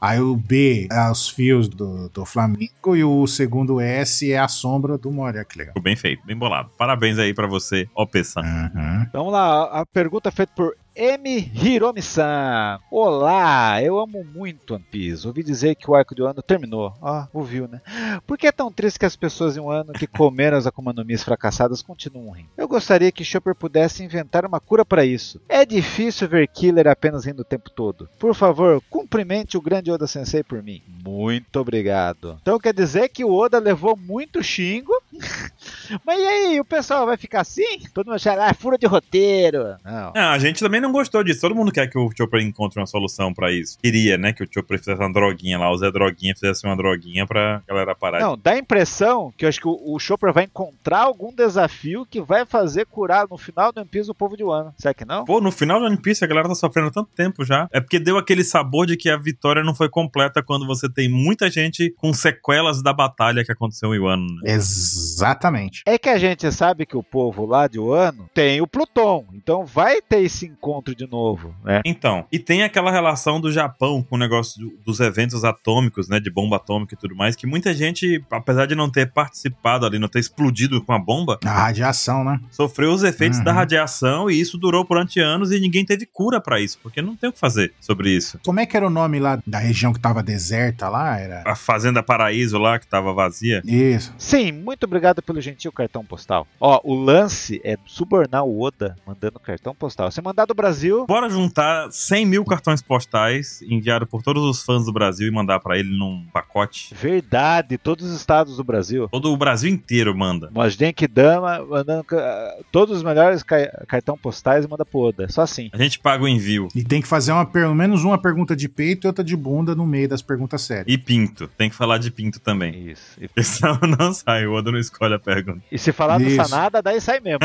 S3: aí o B é os fios do, do flamingo e o segundo S é a sombra do Moria, que legal.
S1: Ficou bem feito, bem bolado. Parabéns aí pra você, Opesan.
S3: Uhum.
S2: Vamos lá, a pergunta é feita por M. Hiromi-san. Olá, eu amo muito One Piece. Ouvi dizer que o arco de Wano terminou. Ah, ouviu, né? Por que é tão triste que as pessoas em Wano que comeram as Akuma no Mis fracassadas continuam rindo? Eu gostaria que Chopper pudesse inventar uma cura para isso. É difícil ver Killer apenas rindo o tempo todo. Por favor, cumprimente o grande Oda Sensei por mim. Muito obrigado. Então quer dizer que o Oda levou muito xingo mas e aí, o pessoal vai ficar assim? Todo mundo achar, ah, fura de roteiro. Não.
S1: Ah, a gente também não gostou disso. Todo mundo quer que o Chopper encontre uma solução pra isso. Queria, né, que o Chopper fizesse uma droguinha lá, o Zé Droguinha fizesse uma droguinha pra galera parar. de-
S2: Não, dá a impressão que eu acho que o, o Chopper vai encontrar algum desafio que vai fazer curar no final do One Piece o povo de Wano. Será que não?
S1: Pô, no final do One Piece a galera tá sofrendo há tanto tempo já. É porque deu aquele sabor de que a vitória não foi completa quando você tem muita gente com sequelas da batalha que aconteceu em Wano, né?
S3: Exatamente.
S2: É que a gente sabe que o povo lá de Wano tem o Pluton, então vai ter esse encontro de novo, né?
S1: Então, e tem aquela relação do Japão com o negócio do- dos eventos atômicos, né, de bomba atômica e tudo mais, que muita gente, apesar de não ter participado ali, não ter explodido com a bomba,
S3: A radiação, né?
S1: sofreu os efeitos
S3: Uhum.
S1: da radiação e isso durou durante anos e ninguém teve cura pra isso, porque não tem o que fazer sobre isso.
S3: Como é que era o nome lá da região que tava deserta lá? Era.
S1: A Fazenda Paraíso lá, que tava vazia,
S3: Isso.
S2: Sim, muito obrigado pelo emitir o cartão postal. Ó, o lance é subornar o Oda mandando cartão postal. Se mandar do Brasil,
S1: Bora juntar 100 mil cartões postais enviados por todos os fãs do Brasil e mandar pra ele num pacote.
S2: verdade, todos os estados do Brasil.
S1: Todo o Brasil inteiro manda.
S2: Mojdenk Dama mandando ca- todos os melhores ca- cartão postais e manda pro Oda. Só assim.
S1: A gente paga o envio.
S3: E tem que fazer uma, pelo menos uma pergunta de peito e outra de bunda no meio das perguntas sérias.
S1: E pinto. Tem que falar de pinto também.
S2: Isso. E,
S1: Porque senão não sai. O Oda não escolhe a pergunta.
S2: e se falar do
S3: Isso.
S2: Sanada, daí sai mesmo.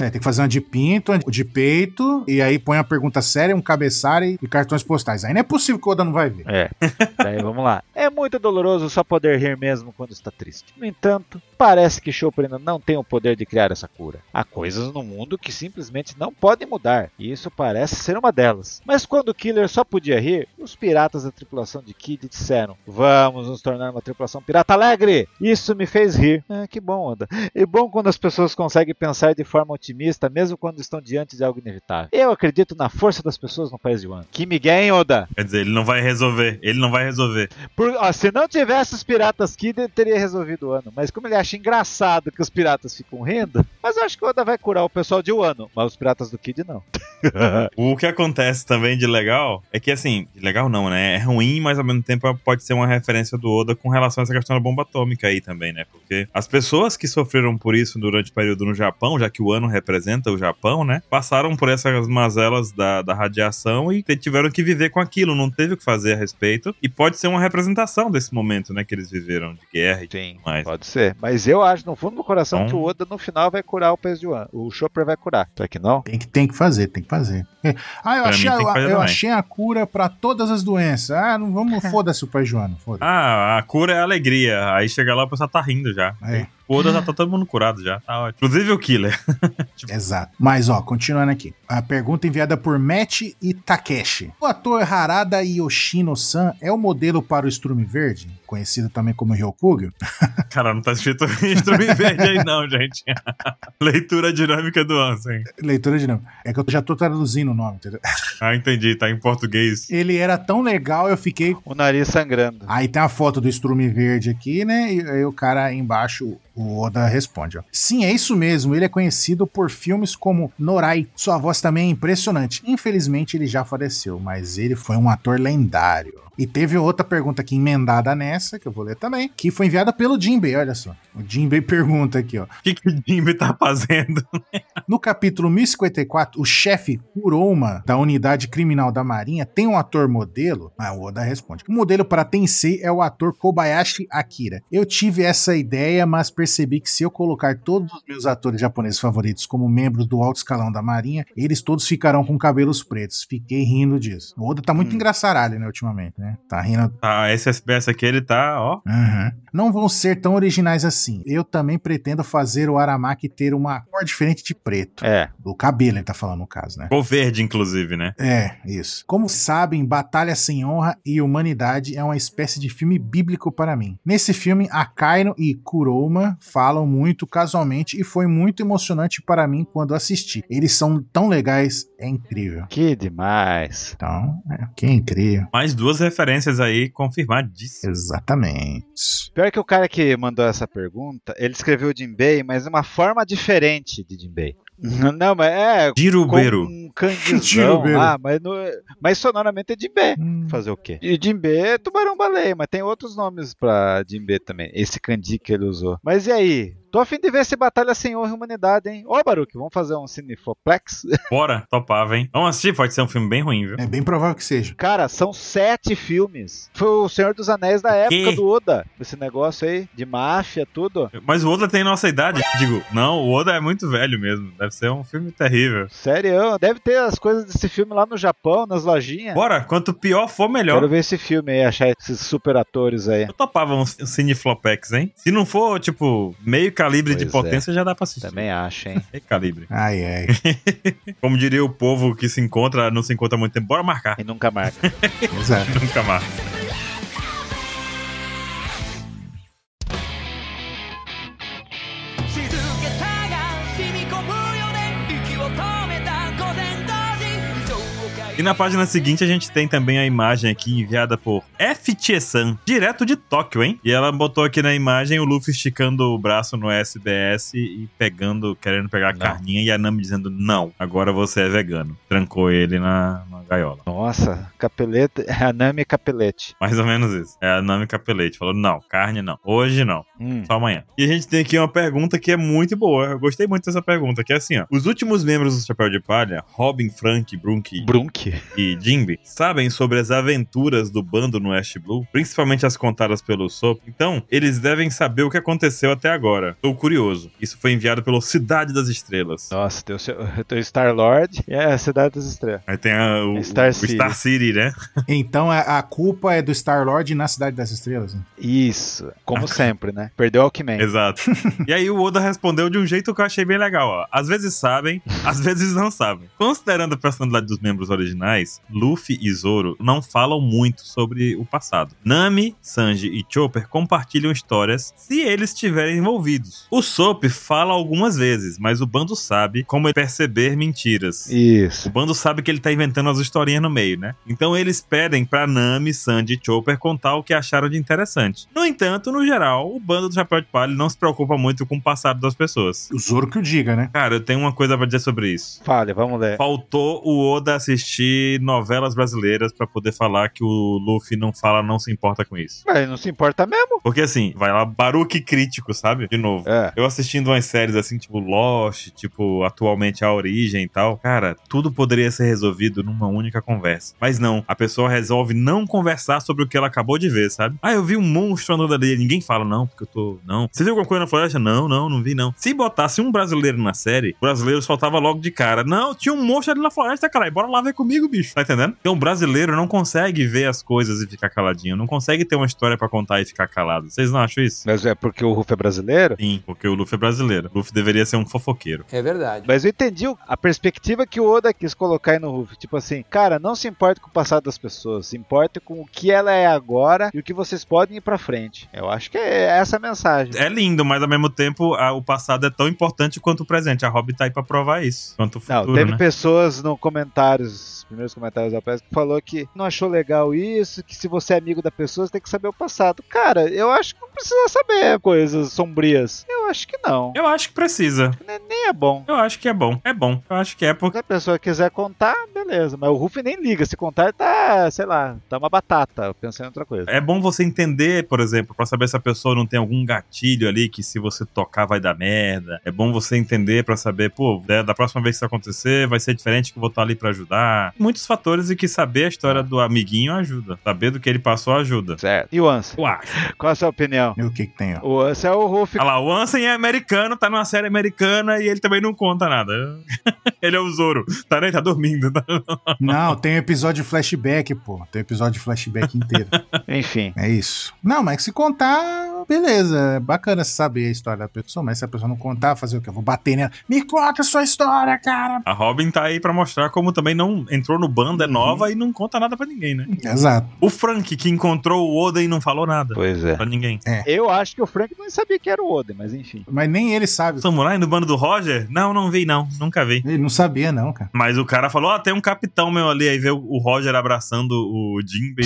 S3: É, tem que fazer uma de pinto, uma de peito, e aí põe uma pergunta séria, um cabeçalho e- e cartões postais. Aí não é possível que o Oda não vai ver.
S2: É. Daí vamos lá. É muito doloroso só poder rir mesmo quando está triste. No entanto, parece que Chopper ainda não tem o poder de criar essa cura. Há coisas no mundo que simplesmente não podem mudar, e isso parece ser uma delas. Mas quando o Killer só podia rir, os piratas da tripulação de Kid disseram: Vamos nos tornar uma tripulação pirata alegre! Isso me fez rir. Ah, que bom, Oda. E bom quando as pessoas conseguem pensar de forma otimista, mesmo quando estão diante de algo inevitável. Eu acredito na força das pessoas no país de Wano. Que Miguel, hein, Oda?
S1: Quer dizer, ele não vai resolver. Ele não vai resolver.
S2: Por- ó, se não tivesse os piratas Kid, ele teria resolvido o ano. Mas como ele acha engraçado que os piratas ficam rindo, mas eu acho que o Oda vai curar o pessoal de Wano, mas os piratas do Kid não.
S1: O que acontece também de legal é que, assim, de legal não, né? É ruim, mas ao mesmo tempo pode ser uma referência do Oda com relação a essa questão da bomba atômica aí também, né? Porque as pessoas que sofreram por isso durante o período no Japão, já que o ano representa o Japão, né? Passaram por essas mazelas da, da radiação e te- tiveram que viver com aquilo, não teve o que fazer a respeito. E pode ser uma representação desse momento, né? Que eles viveram de guerra e tudo
S2: Sim,
S1: mais.
S2: pode ser. Mas eu acho, no fundo do coração,
S1: Então-
S2: que o Oda no final vai curar o país de Wano. O Chopper vai curar. Será Tá que não?
S3: Tem que, tem que fazer, tem que fazer. É. Ah, eu,
S1: Pra
S3: achei,
S1: mim tem que
S3: a-
S1: fazer
S3: eu
S1: também.
S3: achei a cura pra todas as doenças. Ah, não vamos, foda-se o pai Joano, foda-se.
S1: Ah, a cura é a alegria. Aí chega lá, o pessoal tá rindo já.
S3: É.
S1: O Oda já tá todo mundo curado já. Tá ótimo. Inclusive o Killer. tipo-
S3: Exato. Mas, ó, continuando aqui. A pergunta enviada por Matt e Takeshi. O ator Harada Yoshino-san é o modelo para o Strume Verde, conhecido também como Ryokugyo?
S1: Cara, não tá escrito instrumento verde aí não, gente. Leitura dinâmica do Ansem.
S3: Leitura de nome. É que eu já tô traduzindo o nome, entendeu?
S1: Ah, entendi. Tá em português.
S3: Ele era tão legal, eu fiquei...
S2: O nariz sangrando.
S3: Aí tem a foto do Strume Verde aqui, né? E aí o cara embaixo, o Oda responde, ó. Sim, é isso mesmo. Ele é conhecido por filmes como Norai. Sua voz também é impressionante. Infelizmente, ele já faleceu, mas ele foi um ator lendário. E teve outra pergunta aqui emendada nessa, que eu vou ler também, que foi enviada pelo Jinbei, olha só. O Jinbei pergunta aqui, ó.
S1: O que que o Jimmy tá fazendo?
S3: No capítulo 1054, o chefe Kuroma da unidade criminal da Marinha tem um ator modelo? Ah, o Oda responde. O modelo para Tensei é o ator Kobayashi Akira. Eu tive essa ideia, mas percebi que se eu colocar todos os meus atores japoneses favoritos como membros do alto escalão da Marinha, eles todos ficarão com cabelos pretos. Fiquei rindo disso. O Oda tá muito engraçaralho, né, ultimamente, né? Tá rindo
S1: Ah, esse SBS aqui, ele tá, ó.
S3: Uhum. Não vão ser tão originais assim. Eu também pretendo fazer o Aramaki ter uma cor diferente de preto.
S2: É.
S3: Do cabelo, ele tá falando no caso, né?
S1: Ou verde, inclusive, né?
S3: É, isso. Como sabem, Batalha Sem Honra e Humanidade é uma espécie de filme bíblico para mim. Nesse filme, Akainu e Kuroma falam muito casualmente e foi muito emocionante para mim quando assisti. Eles são tão legais, é incrível.
S2: Que demais.
S3: Então, é, que incrível.
S1: Mais duas referências aí confirmadíssimas.
S3: Exatamente.
S2: Pior que o cara que mandou essa pergunta, ele escreveu Jinbei, mas de uma forma diferente de Jinbei. Não, mas é.
S1: Jirubeiro.
S2: Com um canguizão
S3: Jirubeiro.
S2: lá, mas, no, mas sonoramente é Jinbei.
S3: Hum.
S2: Fazer o quê? E Jimbê é tubarão-baleia, mas tem outros nomes pra Jimbê também. Esse Kandi que ele usou. Mas e aí? Tô a fim de ver se Batalha Sem Honra e Humanidade, hein? Ô, Baruque, vamos fazer um Cinefoplex?
S1: Bora, topava, hein? Vamos assistir, pode ser um filme bem ruim, viu?
S3: É bem provável que seja.
S2: Cara, são sete filmes. Foi o Senhor dos Anéis da
S1: quê?
S2: época do Oda. Esse negócio aí, de máfia, tudo.
S1: Mas o Oda tem nossa idade. Digo, não, o Oda é muito velho mesmo. Deve ser um filme terrível.
S2: Sério, deve ter as coisas desse filme lá no Japão, nas lojinhas.
S1: Bora, quanto pior for, melhor.
S2: Quero ver esse filme aí, achar esses super atores aí.
S1: Eu topava um cineflopex, hein? Se não for, tipo, meio calibre de
S2: Pois é.
S1: potência, já dá pra assistir.
S2: Também acho, hein?
S1: Meio calibre.
S3: Ai, ai.
S1: Como diria o povo que se encontra, não se encontra há muito tempo, bora marcar.
S2: E nunca marca.
S3: Exato.
S1: Nunca marca.
S6: 静けさが染み込むよね息を止めた午前同時上を
S1: E na página seguinte a gente tem também a imagem aqui enviada por FT-san, direto de Tóquio, hein? E ela botou aqui na imagem o Luffy esticando o braço no SBS e pegando, querendo pegar a
S9: Não.
S1: carninha e a Nami dizendo: Não, agora você é vegano. Trancou ele na, na gaiola.
S2: Nossa, capelete. A Nami capelete.
S1: Mais ou menos isso. É a Nami Capelete. Falou: Não, carne não. Hoje não.
S2: Hum.
S1: Só amanhã. E a gente tem aqui uma pergunta que é muito boa. Eu gostei muito dessa pergunta, que é assim, ó. Os últimos membros do Chapéu de Palha, Robin, Frank, Brunk
S2: Brunk.
S1: e Jimby, sabem sobre as aventuras do bando no West Blue, principalmente as contadas pelo Sop. Então, eles devem saber o que aconteceu até agora. Tô curioso. Isso foi enviado pelo Cidade das Estrelas.
S2: Nossa, tem o, seu, tem o Star Lord e a Cidade das Estrelas.
S1: Aí tem a- o,
S2: Star
S1: o Star City, né?
S3: Então a, a culpa é do Star-Lord na Cidade das Estrelas. né?
S2: Isso, como sempre, né? Perdeu o Alckmin.
S1: Exato. e aí o Oda respondeu de um jeito que eu achei bem legal, ó. Às vezes sabem, às vezes não sabem. Considerando a personalidade dos membros originais, Luffy e Zoro não falam muito sobre o passado. Nami, Sanji e Chopper compartilham histórias se eles estiverem envolvidos. O Sop fala algumas vezes, mas o bando sabe como perceber mentiras. O
S2: Isso.
S1: bando sabe que ele tá inventando as historinhas no meio, né? Então eles pedem pra Nami, Sandy e Chopper contar o que acharam de interessante. No entanto, no geral, o bando do Chapéu de Palha não se preocupa muito com o passado das pessoas.
S3: O Zoro que o diga, né?
S1: Cara, eu tenho uma coisa pra dizer sobre isso.
S2: Fale, vamos ler.
S1: Faltou o Oda assistir novelas brasileiras pra poder falar que o Luffy não fala, não se importa com isso.
S2: Mas não se importa mesmo.
S1: Porque assim, vai lá baruque crítico, sabe? De novo.
S2: É.
S1: Eu assistindo umas séries assim, tipo Lost, tipo atualmente A Origem e tal, cara, tudo poderia ser resolvido numa única conversa. Mas não, a pessoa resolve não conversar sobre o que ela acabou de ver, sabe? Ah, eu vi um monstro andando ali, ninguém fala não, porque eu tô, não. Você viu alguma coisa na floresta? Não, não, não vi não. Se botasse um brasileiro na série, o brasileiro soltava logo de cara. Não, tinha um monstro ali na floresta, caralho, bora lá ver comigo, bicho. Tá entendendo? Então o brasileiro não consegue ver as coisas e ficar caladinho, não consegue ter uma história pra contar e ficar calado. Vocês não acham isso?
S2: Mas é porque o Ruff é brasileiro?
S1: Sim, porque o Luffy é brasileiro. O Luffy deveria ser um fofoqueiro.
S9: É verdade.
S2: Mas eu entendi o- a perspectiva que o Oda quis colocar aí no Ruff. Tipo assim, cara, não se importe com o passado das pessoas, se importe com o que ela é agora e o que vocês podem ir pra frente. Eu acho que é essa a mensagem.
S1: É lindo, mas ao mesmo tempo a- o passado é tão importante quanto o presente. A Robin tá aí pra provar isso. Quanto o
S2: Não,
S1: futuro,
S2: teve
S1: né?
S2: pessoas no comentários, primeiros comentários da peça, que falou que não achou legal isso, que se você é amigo da pessoa, você tem que saber o passado. Cara, eu acho que não precisa saber coisas sombrias. Eu acho que não.
S1: Eu acho que precisa.
S2: Nem- Nem é bom.
S1: Eu acho que é bom. É bom. Eu acho que é porque.
S2: Se a pessoa quiser contar, beleza. Mas o Ruff nem liga. Se contar, tá, sei lá, tá uma batata. Eu pensei em outra coisa.
S1: É bom você entender, por exemplo, pra saber se a pessoa não tem algum gatilho ali que se você tocar vai dar merda. É bom você entender pra saber, pô, né, da da próxima vez que isso acontecer vai ser diferente que eu vou estar ali pra ajudar. Muitos fatores e que saber a história do amiguinho ajuda. Saber do que ele passou ajuda.
S2: Certo. E o Ansem?
S1: Uau.
S2: Qual a sua opinião?
S3: E o que que tem, ó?
S2: O Ansem é o Ruff.
S1: Olha lá, o Ansem é americano, tá numa série americana e ele também não conta nada. ele é o Zoro. Tá, né? Tá dormindo. tá?
S3: Não, tem episódio de flashback, pô. Tem episódio de flashback inteiro.
S2: Enfim.
S3: É isso. Não, mas se contar, beleza. É bacana você saber a história da pessoa, mas se a pessoa não contar, fazer o quê? Eu vou bater nela. Me conta a sua história, cara.
S1: A Robin tá aí pra mostrar como também não entrou no bando, é
S2: Uhum.
S1: nova e não conta nada pra ninguém, né?
S3: Exato.
S1: O Frank, que encontrou o Oda e não falou nada
S2: Pois é.
S1: pra ninguém.
S2: Eu acho que o Frank não sabia que era o Oden, mas enfim.
S3: Mas nem ele sabe.
S1: Samurai no bando do Roger? Não, não vi, não. Nunca vi.
S3: Ele não sabia, não, cara.
S1: Mas o cara falou, ó, tem um capitão meu ali. Aí vê o- o Roger abraçando o Jimbe.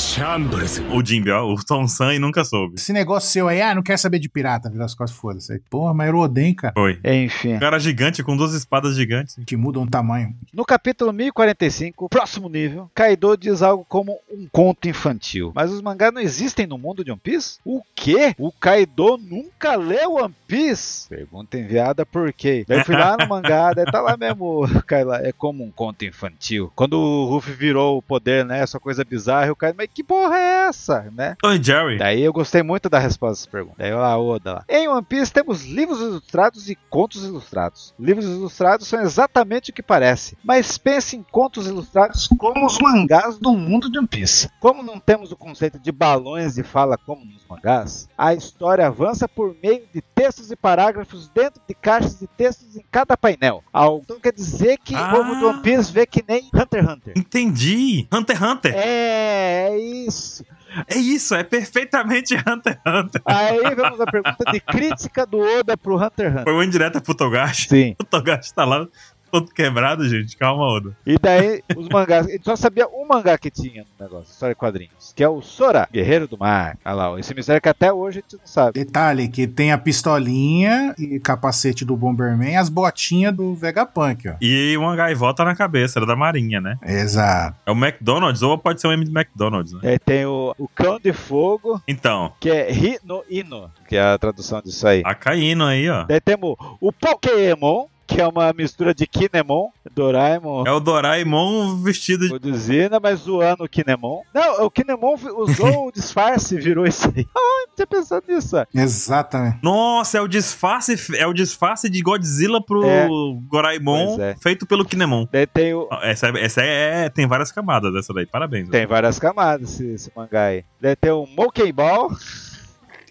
S1: O Jimbe, ó, o Tom San e nunca soube.
S3: Esse negócio seu aí, ah, não quer saber de pirata, vira as costas, foda-se. Aí, Porra, mas era o Oden, cara.
S1: Foi.
S2: Enfim.
S1: Um cara gigante com duas espadas gigantes.
S3: Que mudam o tamanho.
S2: No capítulo 1045, próximo nível, Kaido diz algo como um conto infantil. Mas os mangás não existem no mundo de One Piece? O quê? O Kaido nunca leu One Piece? Pergunta enviada por quê? Daí eu fui lá no mangá, daí tá lá mesmo, cai lá, é como um conto infantil. Quando o Ruffy virou o poder, né, essa coisa bizarra, o Kaido, mas que porra é essa, né?
S1: Oi, Jerry.
S2: Daí eu gostei muito da resposta dessa pergunta. Daí lá, Oda lá. Em One Piece temos livros ilustrados e contos ilustrados. Livros ilustrados são exatamente o que parece, mas pense em contos ilustrados como os mangás do mundo de One Piece. Como não temos o conceito de balões de fala como nos mangás, a história avança por meio de textos e parágrafos dentro de caixas de textos em cada painel. Ao- Então quer dizer que
S1: Ah.
S2: o povo de One Piece vê que nem Hunter x Hunter.
S1: Entendi. Hunter x Hunter.
S2: É, é isso.
S1: É isso, é perfeitamente Hunter x Hunter.
S2: Aí vamos à pergunta de crítica do Oda pro Hunter x Hunter.
S1: Foi uma indireta pro Togashi.
S2: Sim.
S1: O Togashi tá lá. todo quebrado, gente. Calma, Oda.
S2: E daí, os mangás. Ele só sabia um mangá que tinha no negócio, história de quadrinhos, que é o Sora, Guerreiro do Mar. Olha lá, ó, esse mistério que até hoje a gente não sabe.
S3: Detalhe que tem a pistolinha e capacete do Bomberman e as botinhas do Vegapunk, ó.
S1: E uma gaivota na cabeça, era da marinha, né?
S3: Exato.
S1: É o McDonald's ou pode ser o M de McDonald's, né?
S2: Daí tem o, o Cão de Fogo,
S1: Então,
S2: que é Hino Ino, que é a tradução disso aí.
S1: tá caindo aí, ó.
S2: Daí temos o Pokémon, que é uma mistura de Kinemon, Doraemon,
S1: É um o Doraemon vestido de...
S2: Oduzina, mas zoando o Kinemon. Não, o Kinemon vi- usou o disfarce e virou isso aí. Ai, não tinha pensado nisso. ó.
S3: Exatamente.
S1: Nossa, é o disfarce, é o disfarce de Godzilla pro
S2: É.
S1: Goraemon,
S2: Pois é.
S1: feito pelo Kinemon.
S2: Daí tem o.
S1: Ó, Essa, essa é, tem várias camadas dessa daí, parabéns.
S2: Tem várias camadas esse, esse mangá aí. Daí tem o Mokei Ball,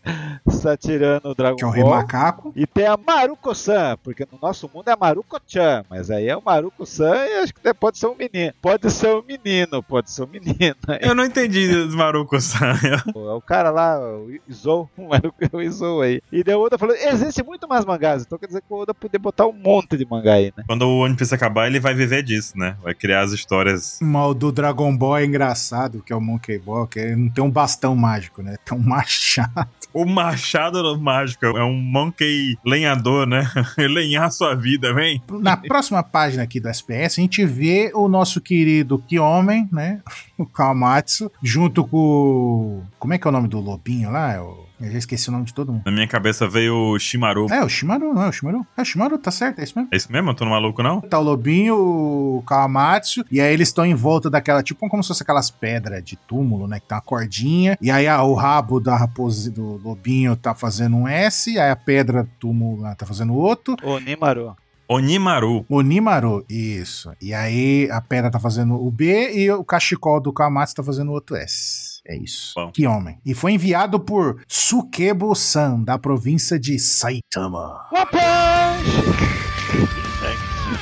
S2: satirando o Dragon
S3: Que é um rei
S2: Ball.
S3: macaco.
S2: E tem a Maruko-san, porque no nosso mundo é Maruko-chan, mas aí é o Maruko-san e acho que até pode ser um menino. Pode ser um menino, pode ser um menino.
S1: Eu não entendi os marucos. sabe?
S2: É o cara lá, o Izou, o Maruko é o Izou aí. E daí o Oda falou, existe muito mais mangás, então quer dizer que o Oda poder botar um monte de mangá aí, né?
S1: Quando o One Piece acabar, ele vai viver disso, né? Vai criar as histórias.
S3: Mas o do Dragon Ball é engraçado, que é o Monkey Ball, que ele não tem um bastão mágico, né? Tem um machado.
S1: O machado mágico é um monkey lenhador, né? Lenhar sua vida, vem.
S3: Na próxima página aqui do SPS, a gente vê o nosso querido Kyomen, né? O Kamatsu, junto com. o- Como é que é o nome do lobinho lá? É o- Eu já esqueci o nome de todo mundo.
S1: Na minha cabeça veio o Shimaru.
S3: É, o Shimaru, não é o Shimaru? É o Shimaru, tá certo, é isso mesmo.
S1: É isso mesmo? Eu tô no maluco, não?
S3: Tá o Lobinho, o Kawamatsu, e aí eles estão em volta daquela, tipo, como se fosse aquelas pedras de túmulo, né? Que tá uma cordinha, e aí a- o rabo da raposa do Lobinho tá fazendo um S, aí a pedra do túmulo lá tá fazendo outro.
S2: O Nimaru.
S1: Onimaru.
S3: Onimaru, isso. E aí a pedra tá fazendo o B e o cachecol do Kawamatsu tá fazendo outro S. É isso.
S1: Bom.
S3: Que homem. E foi enviado por Tsukebo-san, da província de Saitama.
S2: One Punch!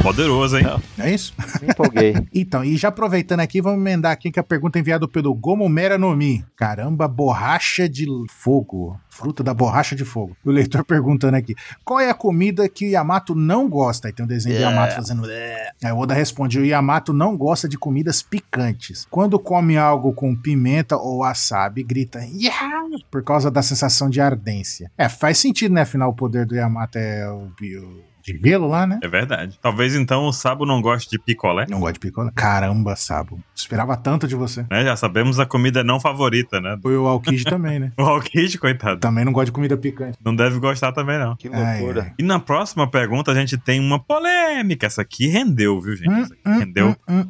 S1: Poderoso, hein?
S3: É isso?
S2: Me empolguei.
S3: Então, e já aproveitando aqui, vamos emendar aqui que a pergunta é enviada pelo Gomo Mera no Mi. Caramba, borracha de fogo. Fruta da borracha de fogo. O leitor perguntando aqui: qual é a comida que o Yamato não gosta? Aí tem um desenho do Yamato fazendo. "É". Aí o Oda responde: o Yamato não gosta de comidas picantes. Quando come algo com pimenta ou wasabi, grita "Yeah!" por causa da sensação de ardência. É, faz sentido, né? Afinal, o poder do Yamato é o bio de gelo lá, né?
S1: É verdade. Talvez então o Sabo não goste de picolé.
S3: Não gosta de picolé? Caramba, Sabo. Esperava tanto de você.
S1: Né? Já sabemos a comida não favorita, né?
S3: Foi o Alkid também, né?
S1: O Alkid, coitado,
S3: Também não gosta de comida picante.
S1: não deve gostar também, não.
S2: Que
S3: Ai,
S2: loucura.
S1: E na próxima pergunta a gente tem uma polêmica. Essa aqui rendeu, viu, gente? Essa aqui rendeu.
S3: hum, hum,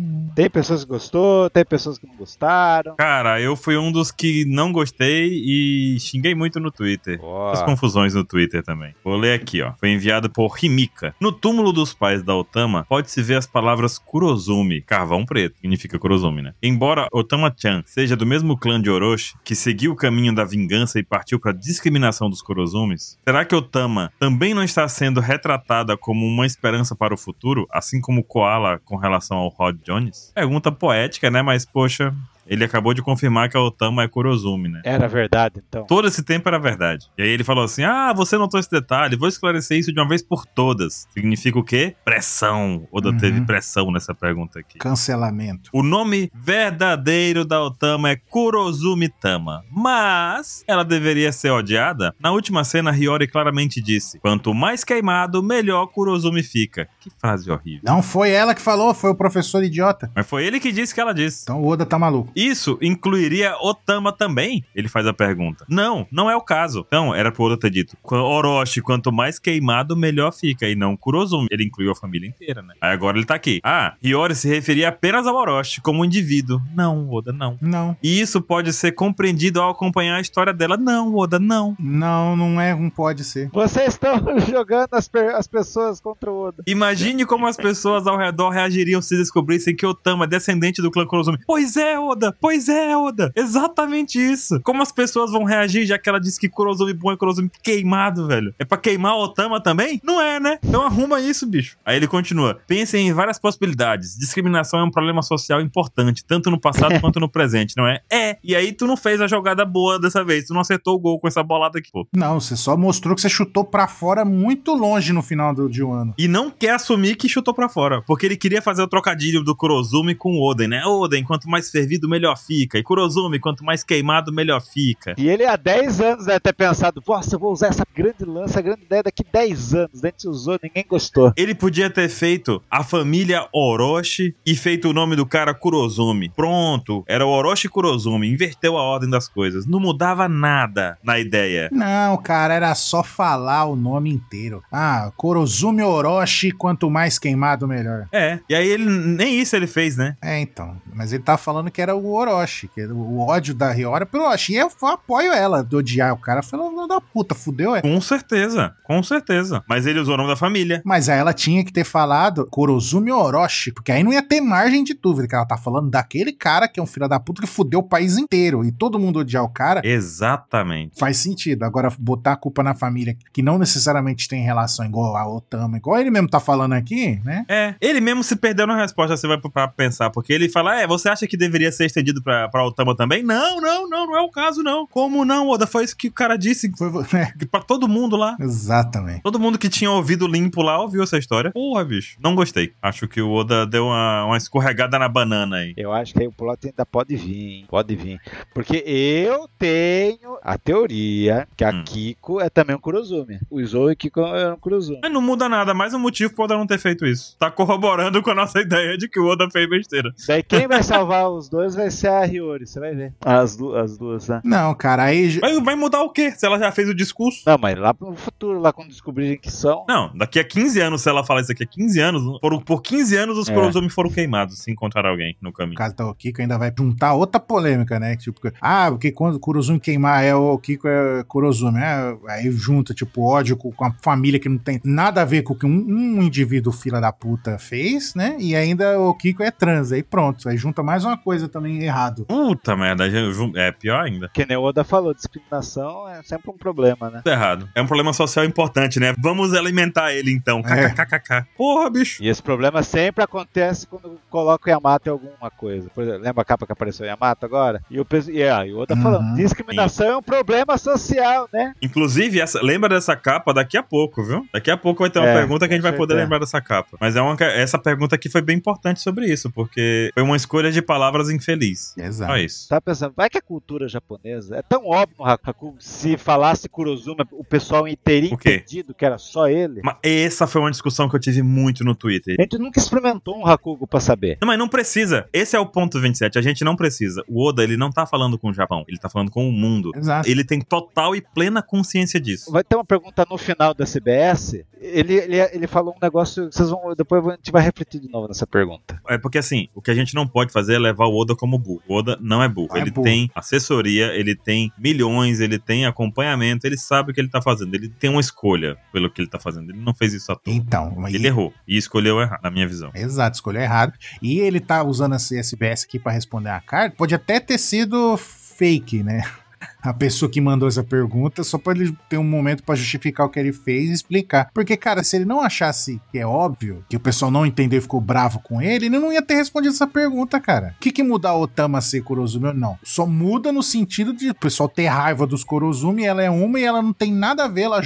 S3: hum.
S2: Tem pessoas que gostou, tem pessoas que não gostaram.
S1: Cara, eu fui um dos que não gostei e xinguei muito no Twitter.
S2: Ó,
S1: As confusões no Twitter também. Vou ler aqui, ó. Foi enviado por Himika. No túmulo dos pais da Otama, pode-se ver as palavras Kurozumi, carvão preto, significa Kurozumi, né? Embora Otama-chan seja do mesmo clã de Orochi, que seguiu o caminho da vingança e partiu para discriminação dos Kurozumis, será que Otama também não está sendo retratada como uma esperança para o futuro, assim como Koala com relação ao Rod Jones? Pergunta poética, né? Mas, poxa, ele acabou de confirmar que a Otama é Kurozumi, né?
S2: Era verdade, então.
S1: Todo esse tempo era verdade. E aí ele falou assim: Ah, você notou esse detalhe, vou esclarecer isso de uma vez por todas. Significa o quê? Pressão. Oda
S3: Uhum.
S1: teve pressão nessa pergunta aqui.
S3: Cancelamento.
S1: O nome verdadeiro da Otama é Kurozumi Tama, mas ela deveria ser odiada? Na última cena, Hiyori claramente disse: Quanto mais queimado, melhor Kurozumi fica. Que frase horrível.
S3: Não foi ela que falou, foi o professor idiota.
S1: Mas foi ele que disse que ela disse.
S3: Então o Oda tá maluco.
S1: Isso incluiria Otama também? Ele faz a pergunta. Não, não é o caso. Então, era pro Oda ter dito. "Qu- Orochi, quanto mais queimado, melhor fica. E não Kurozumi. Ele incluiu a família inteira, né? Aí agora ele tá aqui. Ah, Hiyori se referia apenas ao Orochi como um indivíduo. Não, Oda, não.
S3: Não,
S1: E isso pode ser compreendido ao acompanhar a história dela. Não, Oda, não.
S3: não, não é, não pode ser.
S2: Vocês estão jogando as, pe- as pessoas contra o Oda.
S1: Imagine como as pessoas ao redor reagiriam se descobrissem que Otama é descendente do clã Kurozumi. Pois é, Oda, Oda! Pois é, Oda! Exatamente isso! Como as pessoas vão reagir já que ela disse que Kurozumi bom é Kurozumi queimado, velho? É pra queimar Otama também? Não é, né? Então arruma isso, bicho. Aí ele continua. Pensem em várias possibilidades. Discriminação é um problema social importante, tanto no passado quanto no presente, não é? É! E aí tu não fez a jogada boa dessa vez. Tu não acertou o gol com essa bolada aqui, pô.
S3: Não, você só mostrou que você chutou pra fora muito longe no final do, de um ano.
S1: E não quer assumir que chutou pra fora, porque ele queria fazer o trocadilho do Kurozumi com o Oden, né? Oden, quanto mais fervido, melhor fica. E Kurozumi, quanto mais queimado, melhor fica.
S2: E ele há 10 anos deve ter pensado, nossa, eu vou usar essa grande lança, grande ideia daqui 10 anos. A gente usou, ninguém gostou.
S1: Ele podia ter feito a família Orochi e feito o nome do cara Kurozumi. Pronto, era o Orochi Kurozumi, inverteu a ordem das coisas. Não mudava nada na ideia.
S3: Não, cara, era só falar o nome inteiro. Ah, Korozumi Orochi, quanto mais queimado, melhor.
S1: É, e aí ele nem isso ele fez, né?
S3: É, então. Mas ele tá falando que era o Orochi, que era o ódio da Riora pelo Orochi. E eu apoio ela de odiar o cara. Falou, não da puta, fudeu, é.
S1: Com certeza, com certeza. Mas ele usou o nome da família.
S3: Mas aí ela tinha que ter falado Kurozumi Orochi, porque aí não ia ter margem de dúvida, que ela tá falando daquele cara que é um filho da puta que fudeu o país inteiro e todo mundo odiar o cara.
S1: Exatamente.
S3: Faz sentido. Agora, botar a culpa na família, que não necessariamente tem relação igual a Otama, igual ele mesmo tá falando aqui, né?
S1: É, ele mesmo se perdeu na resposta, você vai pra pensar, porque ele fala, é, você acha que deveria ser estendido pra, pra Otama também? Não, não, não, não é o caso, não. Como não, Oda? Foi isso que o cara disse
S3: Foi, vo- né?
S1: pra todo mundo lá.
S3: Exatamente.
S1: Todo mundo que tinha ouvido limpo lá ouviu essa história. Porra, bicho. Não gostei. Acho que o Oda deu uma, uma escorregada na banana aí.
S2: Eu acho que aí o plot ainda pode vir, hein? Pode vir. Porque eu tenho a teoria que a
S1: Hum.
S2: Kiko é também um Kurozumi. O Zou e o Kiko é um Kurozumi.
S1: Mas não muda nada, mais um motivo pro Oda não ter feito isso. Tá corroborando com a nossa ideia de que o Oda fez besteira.
S2: Daí quem vai salvar os dois vai ser a Hiyori, você vai ver. As, du- as duas, né?
S3: Não, cara, aí j-
S1: Mas vai mudar o quê? Se ela já fez o discurso?
S2: Não, mas lá pro futuro, lá quando descobrirem que são.
S1: Não, daqui a 15 anos, se ela falar isso aqui a 15 anos, por, por 15 anos os
S2: É.
S1: Kurozumi foram queimados se encontrar alguém no
S3: O
S1: caminho.
S3: caso da Okiko ainda vai juntar outra polêmica, né? Tipo, que- ah, porque quando o Kurozumi queimar é o Okiko é o Kurozumi, né? Aí junta, tipo, ódio com, com a família que não tem nada a ver com o que um, um indivíduo fila da puta fez, né? E ainda o Okiko é trans, aí pronto. Aí junta mais uma coisa também errado.
S1: Puta merda, já- ju- é pior ainda.
S2: Que nem o Oda falou, discriminação é sempre um problema, né?
S1: Tá errado. É um problema social importante, né? Vamos alimentar ele então.
S3: É.
S1: KKKKK. Porra, bicho.
S2: E esse problema sempre acontece quando coloca o Yamato em alguma coisa. Por exemplo, lembra a capa que apareceu o Yamato agora? E o, peso- e, ah, e o Oda
S3: Uhum.
S2: falando, discriminação é um problema social, né?
S1: Inclusive, essa, lembra dessa capa daqui a pouco, viu? Daqui a pouco vai ter uma
S2: É,
S1: pergunta que a gente
S2: com
S1: vai poder
S2: certeza.
S1: lembrar dessa capa. Mas é uma, ca- essa pergunta aqui foi bem importante sobre isso, porque foi uma escolha de palavras infeliz.
S3: Exato.
S1: Só isso.
S2: Tá pensando, vai que a cultura japonesa é tão óbvio no Haku, se falasse Kurozuma, o pessoal inteirinho
S1: O quê?
S2: entendido que era só ele.
S1: Mas essa foi uma discussão que eu tive muito no Twitter.
S2: A gente nunca experimentou um Hakugo pra saber.
S1: Não, mas não precisa. Esse é o ponto 27. A gente não precisa. O Oda, ele não tá falando com o Japão. Ele tá falando com o mundo.
S3: Exato.
S1: Ele tem total e plena consciência disso.
S2: Vai ter uma pergunta no final da CBS. Ele, ele, ele falou um negócio. Vocês vão, depois a gente vai refletir de novo nessa pergunta.
S1: É porque assim, o que a gente não pode fazer é levar o Oda como burro. O Oda não é burro.
S3: Não é
S1: ele
S3: burro.
S1: tem assessoria, ele tem milhões, ele tem acompanhamento, ele sabe o que ele tá fazendo. Ele tem uma escolha pelo que ele tá fazendo. Ele não fez isso à toa.
S3: Então, aí-
S1: Ele errou e escolheu errar, na minha visão.
S3: Exato, escolheu errado. E ele tá usando essa SBS aqui pra responder a carta. Pode até ter sido fake, né? A pessoa que mandou essa pergunta, só pra ele ter um momento pra justificar o que ele fez e explicar. Porque, cara, se ele não achasse que é óbvio, que o pessoal não entendeu e ficou bravo com ele, ele não ia ter respondido essa pergunta, cara. O que, que muda a Otama ser Kurozumi ou não? Só muda no sentido de o pessoal ter raiva dos Kurozumi, ela é uma e ela não tem nada a ver, ela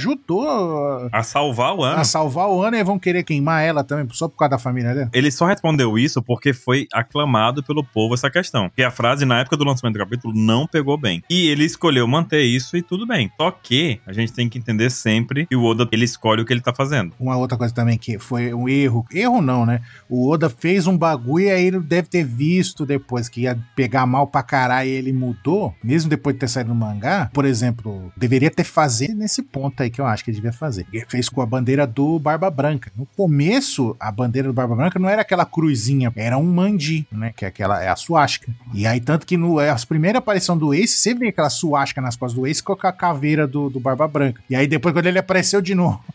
S3: ajudou
S1: A salvar o ano.
S3: a salvar o ano e vão querer queimar ela também, só por causa da família dela.
S1: Ele só respondeu isso porque foi aclamado pelo povo essa questão. Porque a frase, na época do lançamento do capítulo, não pegou bem. E ele escolheu manter isso e tudo bem. Só que a gente tem que entender sempre que o Oda, ele escolhe o que ele tá fazendo.
S3: Uma outra coisa também que foi um erro. Erro não, né? O Oda fez um bagulho e aí ele deve ter visto depois que ia pegar mal pra caralho e ele mudou, mesmo depois de ter saído no mangá. Por exemplo, deveria ter fazer nesse ponto aí que eu acho que ele devia fazer. Ele fez com a bandeira do Barba Branca. No começo, a bandeira do Barba Branca não era aquela cruzinha, era um mandi, né? Que é aquela, é a suástica. E aí, tanto que no, as primeira aparição do Ace, você vê aquela suástica nas costas do Ace com a caveira do, do Barba Branca. E aí, depois, quando ele apareceu de novo,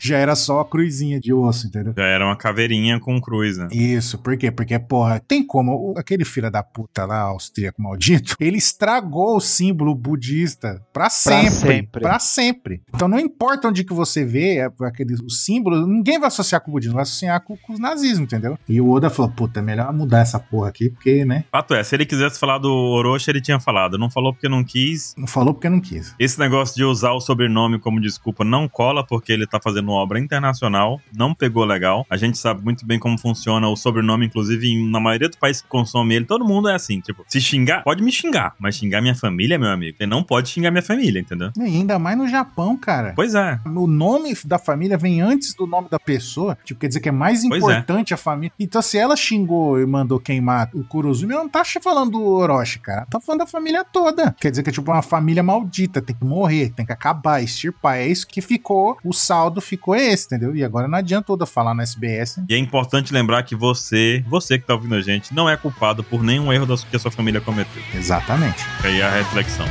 S3: Já era só a cruzinha de osso, entendeu?
S1: Já era uma caveirinha com cruz, né?
S3: Isso, por quê? Porque, porra, tem como. o- aquele filho da puta lá, austríaco maldito, ele estragou o símbolo budista pra sempre.
S2: sempre.
S3: Pra sempre. Então não importa onde que você vê é, aquele, o símbolo, ninguém vai associar com o budismo, vai associar com, com o nazismo, entendeu? E o Oda falou, puta, é melhor mudar essa porra aqui, porque, né?
S1: Fato é, se ele quisesse falar do Orochi, ele tinha falado. Não falou porque não quis.
S3: Não falou porque não quis.
S1: Esse negócio de usar o sobrenome como desculpa não cola, porque ele tá fazendo uma obra internacional, não pegou legal. A gente sabe muito bem como funciona o sobrenome, inclusive em- na maioria dos países que consome ele, todo mundo é assim, tipo, se xingar, pode me xingar, mas xingar minha família, meu amigo, ele não pode xingar minha família, entendeu?
S3: E ainda mais no Japão, cara.
S1: Pois é.
S3: O nome da família vem antes do nome da pessoa. Tipo, quer dizer que é mais
S1: Pois é.
S3: importante a família. Então, se ela xingou e mandou queimar o Kurozumi, ela não tá falando do Orochi, cara. Ela tá falando da família toda. Quer dizer que é tipo uma família maldita. Tem que morrer, tem que acabar, extirpar. É isso que ficou. O saldo ficou esse, entendeu? E agora não adianta toda falar na SBS.
S1: E é importante lembrar que você, você que tá ouvindo a gente, não é culpado por nenhum erro da su- que a sua família cometeu.
S3: Exatamente.
S1: Fica aí a reflexão.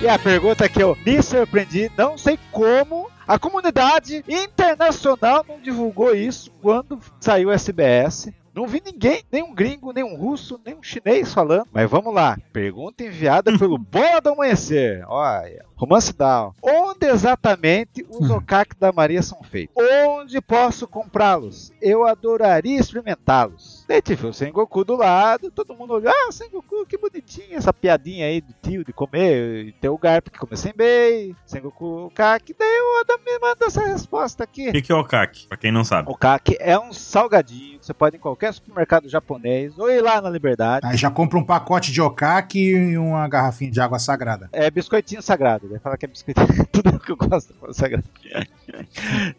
S2: E a pergunta que eu me surpreendi, não sei como a comunidade internacional não divulgou isso quando saiu o SBS. Não vi ninguém, nenhum gringo, nenhum russo, nenhum chinês falando. Mas vamos lá. Pergunta enviada pelo Bola do Amanhecer. Olha, Romance Down. Onde exatamente os okak da Maria são feitos? Onde posso comprá-los? Eu adoraria experimentá-los. Daí tive o Sengoku do lado, todo mundo olhou, ah, Sengoku, que bonitinho essa piadinha aí do tio de comer e ter o Garp que comeu sem bem, Sengoku, Kaki, daí o Oda me manda essa resposta aqui.
S1: O que que é o Okak? Pra quem não sabe.
S2: O Kaki é um salgadinho que você pode ir em qualquer supermercado japonês ou ir lá na Liberdade.
S3: Aí já compra um pacote de okaki e uma garrafinha de água sagrada.
S2: É biscoitinho sagrado, né? Falar que é biscoitinho, tudo que eu gosto é sagrado.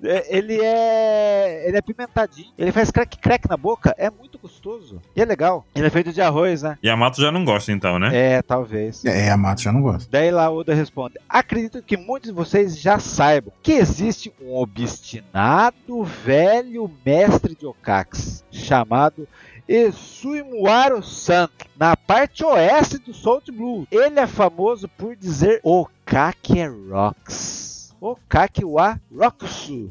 S2: É, ele é. Ele é pimentadinho, ele faz crack crack na boca, é muito gostoso e é legal. Ele é feito de arroz, né?
S1: Yamato já não gosta então, né?
S2: É, talvez.
S3: É, Amato já não gosta.
S2: Daí lá Oda responde: Acredito que muitos de vocês já saibam que existe um obstinado velho mestre de Okax chamado Esuimuaro San, na parte oeste do Salt Blue. Ele é famoso por dizer Okake Rocks. Okake wa Rokusu.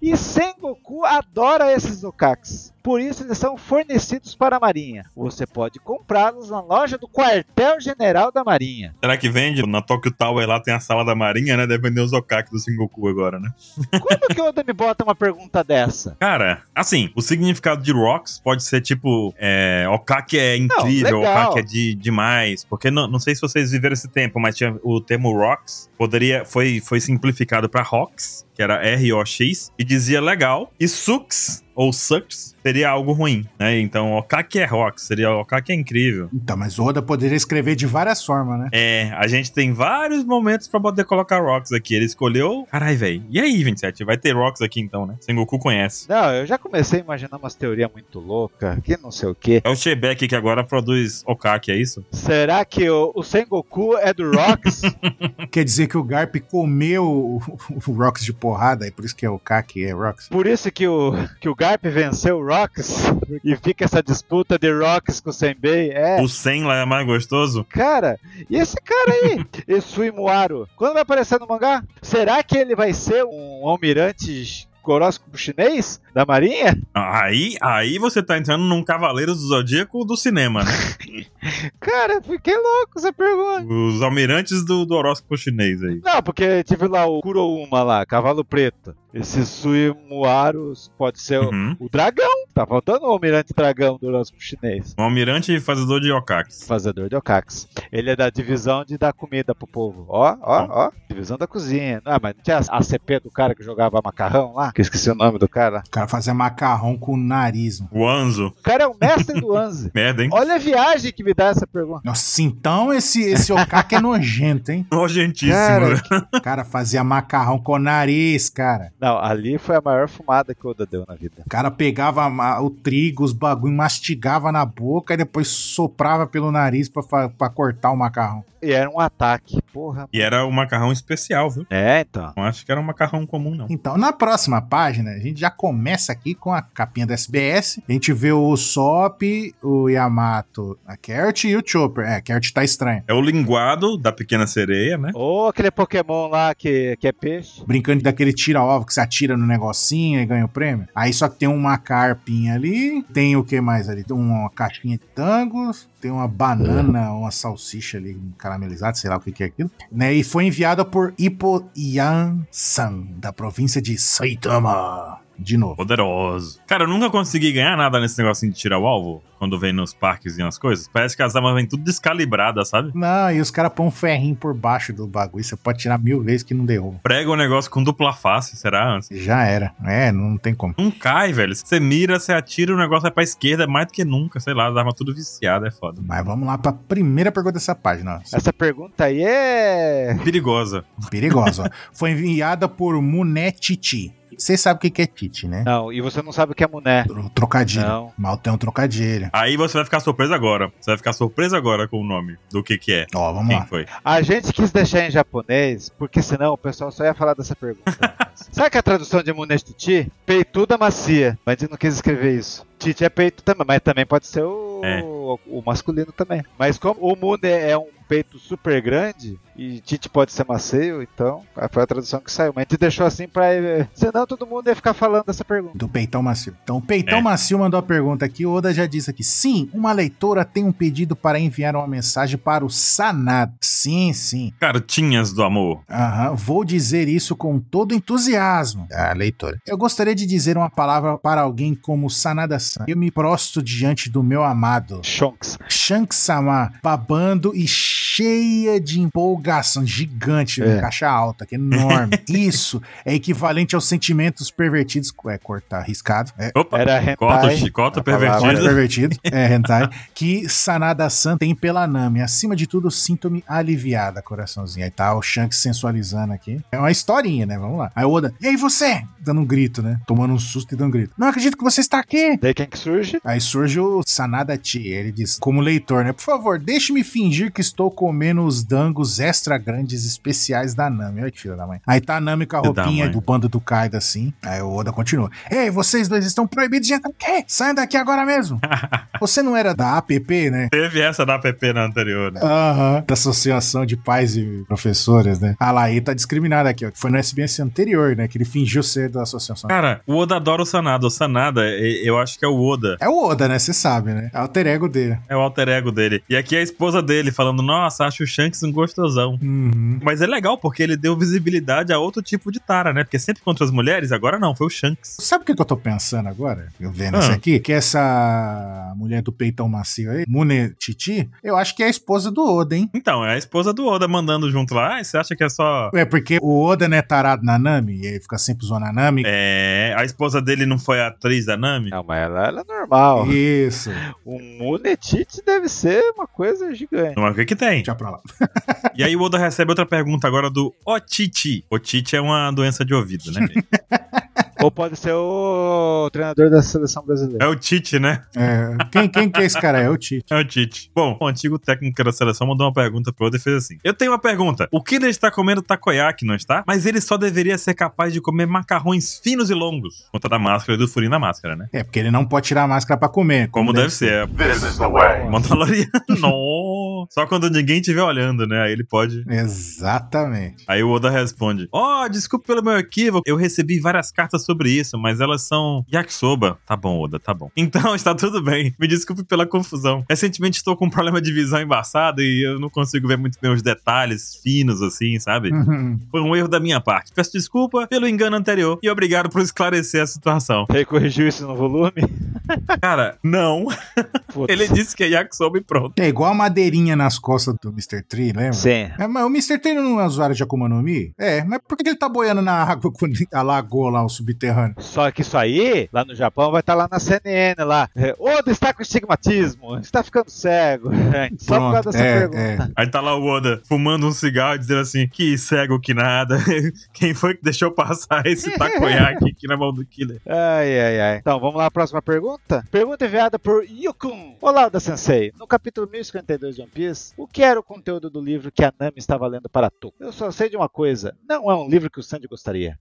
S2: E Sengoku adora esses okaks. Por isso eles são fornecidos para a Marinha. Você pode comprá-los na loja do Quartel-General da Marinha.
S1: Será que vende? Na Tokyo Tower lá tem a sala da marinha, né? Deve vender os Okak do Sengoku agora, né?
S2: Quando que o Oda me bota uma pergunta dessa?
S1: Cara, assim, o significado de rocks pode ser tipo, é, Okak é
S2: Não,
S1: incrível,
S2: legal.
S1: Okak é de, demais. Porque não, não sei se vocês viveram esse tempo, mas tinha o termo rocks poderia, foi, foi simplificado pra rocks, que era R-O-X, e dizia legal, e sucks ou sucks seria algo ruim, né? Então, Okak é rocks, seria Okak é incrível.
S3: Então, mas o Oda poderia escrever de várias formas, né?
S1: É, a gente tem vários momentos pra poder colocar Rocks aqui. Ele escolheu. Carai, velho. E aí, 27? Vai ter Rocks aqui então, né? Sengoku conhece.
S2: Não, eu já comecei a imaginar umas teorias muito loucas, que não sei o que.
S1: É o Shebeck que agora produz Okaki, é isso?
S2: Será que o, o Sengoku é do Rocks?
S3: Quer dizer que o Garp comeu o, o Rox de porrada, e por isso que é o K que é Rox.
S2: Por isso que o, que o Garp venceu o Rocks? E fica essa disputa de Rocks com o Senbei? É.
S1: O Sen lá é mais gostoso?
S2: Cara, e esse cara aí, Esui Muaro, quando vai aparecer no mangá? Será que ele vai ser um almirante horóscopo chinês da marinha?
S1: Aí, aí você tá entrando num Cavaleiro do Zodíaco do cinema, né?
S2: Cara, eu fiquei louco essa pergunta.
S1: Os almirantes do, do horóscopo chinês aí.
S2: Não, porque tive lá o Kurouma lá, cavalo preto. Esse Sui Muaro pode ser o,
S1: Uhum.
S2: o dragão. Tá faltando o almirante dragão do horóscopo chinês.
S1: Um almirante e fazedor de Okaks.
S2: Fazedor de Okax. Ele é da divisão de dar comida pro povo. Ó, ó, ó. Divisão da cozinha. Ah, mas não tinha a CP do cara que jogava macarrão lá? Que eu esqueci o nome do cara.
S3: O cara fazia macarrão com o nariz. mano.
S1: O Anzo.
S2: O cara é o mestre do Anze.
S1: Merda, hein?
S2: Olha a viagem tinha que me dar essa pergunta.
S3: Nossa, então esse, esse Okaka é nojento, hein?
S1: Nojentíssimo.
S2: Cara,
S3: O cara fazia macarrão com o nariz, cara.
S2: Não, ali foi a maior fumada que o Oda deu na vida.
S3: O cara pegava a ma- o trigo, os bagulho, mastigava na boca e depois soprava pelo nariz pra, fa- pra cortar o macarrão.
S2: E era um ataque, porra.
S1: E era um macarrão especial, viu?
S2: É, então.
S1: Não acho que era um macarrão comum, não.
S3: Então, na próxima página, a gente já começa aqui com a capinha da SBS. A gente vê o Sop, o Yamato, a Kert e o Chopper. É, a Kert tá estranha.
S1: É o linguado da pequena sereia, né?
S2: Ou aquele Pokémon lá que, que é peixe.
S3: Brincando daquele tira-ovo que você atira no negocinho e ganha o prêmio. Aí só que tem uma carpinha ali, tem o que mais ali? Tem uma caixinha de tangos, tem uma banana, uma salsicha ali caramelizada, sei lá o que, que é aquilo. Né? E foi enviada por Ipo Yan-san, da província de Saitama. De novo.
S1: Poderoso. Cara, eu nunca consegui ganhar nada nesse negocinho de tirar o alvo, quando vem nos parques e nas coisas. Parece que as armas vêm tudo descalibradas, sabe?
S3: Não, e os caras põem um ferrinho por baixo do bagulho. Você pode tirar mil vezes que não derruba.
S1: Prega o negócio com dupla face, será? Assim,
S3: Já era. É, não tem como.
S1: Não cai, velho. Você mira, você atira, o negócio vai pra esquerda mais do que nunca. Sei lá, as armas tudo viciadas, é foda.
S3: Mas vamos lá pra primeira pergunta dessa página. ó.
S2: Essa pergunta aí é.
S1: Perigosa.
S3: Perigosa. ó. Foi enviada por Munetiti. Vocês sabem o que que é Titi, né?
S2: Não, e você não sabe o que é muné.
S3: Tro- Trocadilho.
S2: Não.
S3: Mal tem um trocadilho.
S1: Aí você vai ficar surpreso agora. Você vai ficar surpreso agora com o nome do que que é.
S3: Ó, vamos
S1: Quem
S3: lá.
S1: foi?
S2: A gente quis deixar em japonês, porque senão o pessoal só ia falar dessa pergunta. sabe que a tradução de muné titi? Peituda macia. Mas ele não quis escrever isso. Titi é peito também, mas também pode ser o,
S1: É.
S2: o masculino também. Mas como o muné é um peito super grande e titi pode ser macio, então foi a tradução que saiu. Mas a gente deixou assim pra. eh, Senão todo mundo ia ficar falando dessa pergunta.
S3: Do Peitão Macio. Então, o Peitão
S1: É.
S3: Macio mandou a pergunta aqui. O Oda já disse aqui. Sim, uma leitora tem um pedido para enviar uma mensagem para o Sanada. Sim, sim.
S1: Cartinhas do amor.
S3: Aham, vou dizer isso com todo entusiasmo. Ah, leitora. Eu gostaria de dizer uma palavra para alguém como Sanada-san. Eu me prosto diante do meu amado.
S2: Shonks.
S3: Shanksama, babando e cheia de empolgação, gigante,
S2: É.
S3: caixa alta, que é enorme. Isso é equivalente aos sentimentos pervertidos, é cortar arriscado, é
S1: Opa,
S2: Era hentai.
S1: Cota, chicota
S2: A palavra.
S3: agora
S1: pervertida.
S3: pervertido, é hentai, que Sanada-san tem pela Nami. Acima de tudo, sinto-me aliviada, coraçãozinho. Aí tá o Shanks sensualizando aqui. É uma historinha, né? Vamos lá. Aí o Oda, ei você, dando um grito, né? Tomando um susto e dando um grito. Não acredito que você está aqui.
S2: Daí quem que surge?
S3: Aí surge o Sanada Ti, ele diz, como leitor, né? Por favor, deixe-me fingir que estou comendo os dangos extra grandes especiais da Nami. Olha que filha da mãe. Aí tá a Nami com a
S1: Filha da
S3: roupinha
S1: mãe.
S3: do bando do Kaido assim. Aí o Oda continua. Ei, vocês dois estão proibidos de entrar. Ei, saiam daqui agora mesmo. Você não era da APP, né?
S1: Teve essa da PP na anterior, né?
S3: Aham. Da Associação de Pais e Professores, né? A Laí tá discriminada aqui, ó. que Foi no SBS anterior, né? Que ele fingiu ser da associação.
S1: Cara, o Oda adora o Sanada. O Sanada, e- eu acho que é o Oda.
S3: É o Oda, né? Você sabe, né? É o alter ego dele.
S1: É o alter ego dele. E aqui é a esposa dele falando: Nossa, acho o Shanks um gostosão.
S3: Uhum.
S1: Mas é legal porque ele deu visibilidade a outro tipo de tara, né? Porque sempre contra as mulheres, agora não, foi o Shanks.
S3: Sabe o que, que eu tô pensando agora? Eu vendo
S1: Ah.
S3: isso aqui? Que essa mulher do peitão macio aí, Mune Titi, eu acho que é a esposa do Oda, hein?
S1: Então, é a esposa do Oda mandando junto lá. Ah, você acha que é só.
S3: É porque o Oda não é tarado na Nami, e ele fica sempre zoando a Nami.
S1: É. A esposa dele não foi a atriz da Nami?
S2: Não, mas ela, ela é normal.
S3: Isso.
S2: O Munetite deve ser uma coisa gigante.
S1: Não é o que, que tem.
S3: Deixa pra lá.
S1: E aí o Oda recebe outra pergunta agora do Otiti. Otiti é uma doença de ouvido, né? gente?
S2: Ou pode ser o treinador da seleção brasileira.
S1: é o Tite, né?
S3: É, quem, quem que é esse cara? É o Titi.
S1: É o Tite. Bom, o antigo técnico da seleção mandou uma pergunta pro Oda e fez assim: Eu tenho uma pergunta. O Killer está comendo takoyaki, não está? Mas ele só deveria ser capaz de comer macarrões finos e longos. Por Conta da máscara e do furinho na máscara, né?
S3: É, porque ele não pode tirar a máscara pra comer.
S1: Como deve ser. Mandaloriano. Não. Só quando ninguém estiver olhando, né? Aí ele pode.
S3: Exatamente.
S1: Aí o Oda responde: Ó, desculpa pelo meu equívoco. Eu recebi várias cartas sobre isso, mas elas são yakisoba. Tá bom, Oda, tá bom. Então está tudo bem. Me desculpe pela confusão. Recentemente estou com um problema de visão embaçada e eu não consigo ver muito bem os detalhes finos assim, sabe?
S3: Uhum.
S1: Foi um erro da minha parte. Peço desculpa pelo engano anterior e obrigado por esclarecer a situação.
S2: Ele corrigiu isso no volume?
S1: Cara, não.
S2: Putz.
S1: Ele disse que é Yakisoba e pronto.
S3: É igual a madeirinha nas costas do Mr. Tree, lembra?
S2: Sim.
S3: É, mas o Mr. T não é usuário de Akuma no Mi? É, mas por que que ele tá boiando na água quando alagou lá o subterrâneo?
S2: Só que isso aí, lá no Japão, vai estar lá na CNN lá. É, Oda está com estigmatismo, está ficando cego. Só por causa
S3: Pronto,
S2: dessa
S3: é,
S2: pergunta.
S3: é.
S1: Aí tá lá o Oda fumando um cigarro e dizendo assim: que cego que nada. Quem foi que deixou passar esse takoyaki aqui na mão do Killer?
S2: Ai, ai, ai. Então, vamos lá, próxima pergunta? Pergunta enviada por Yukun. Olá, da Sensei. No capítulo 1052 de One Piece, o que era o conteúdo do livro que a Nami estava lendo para Tu? Eu só sei de uma coisa: não é um livro que o Sandy gostaria.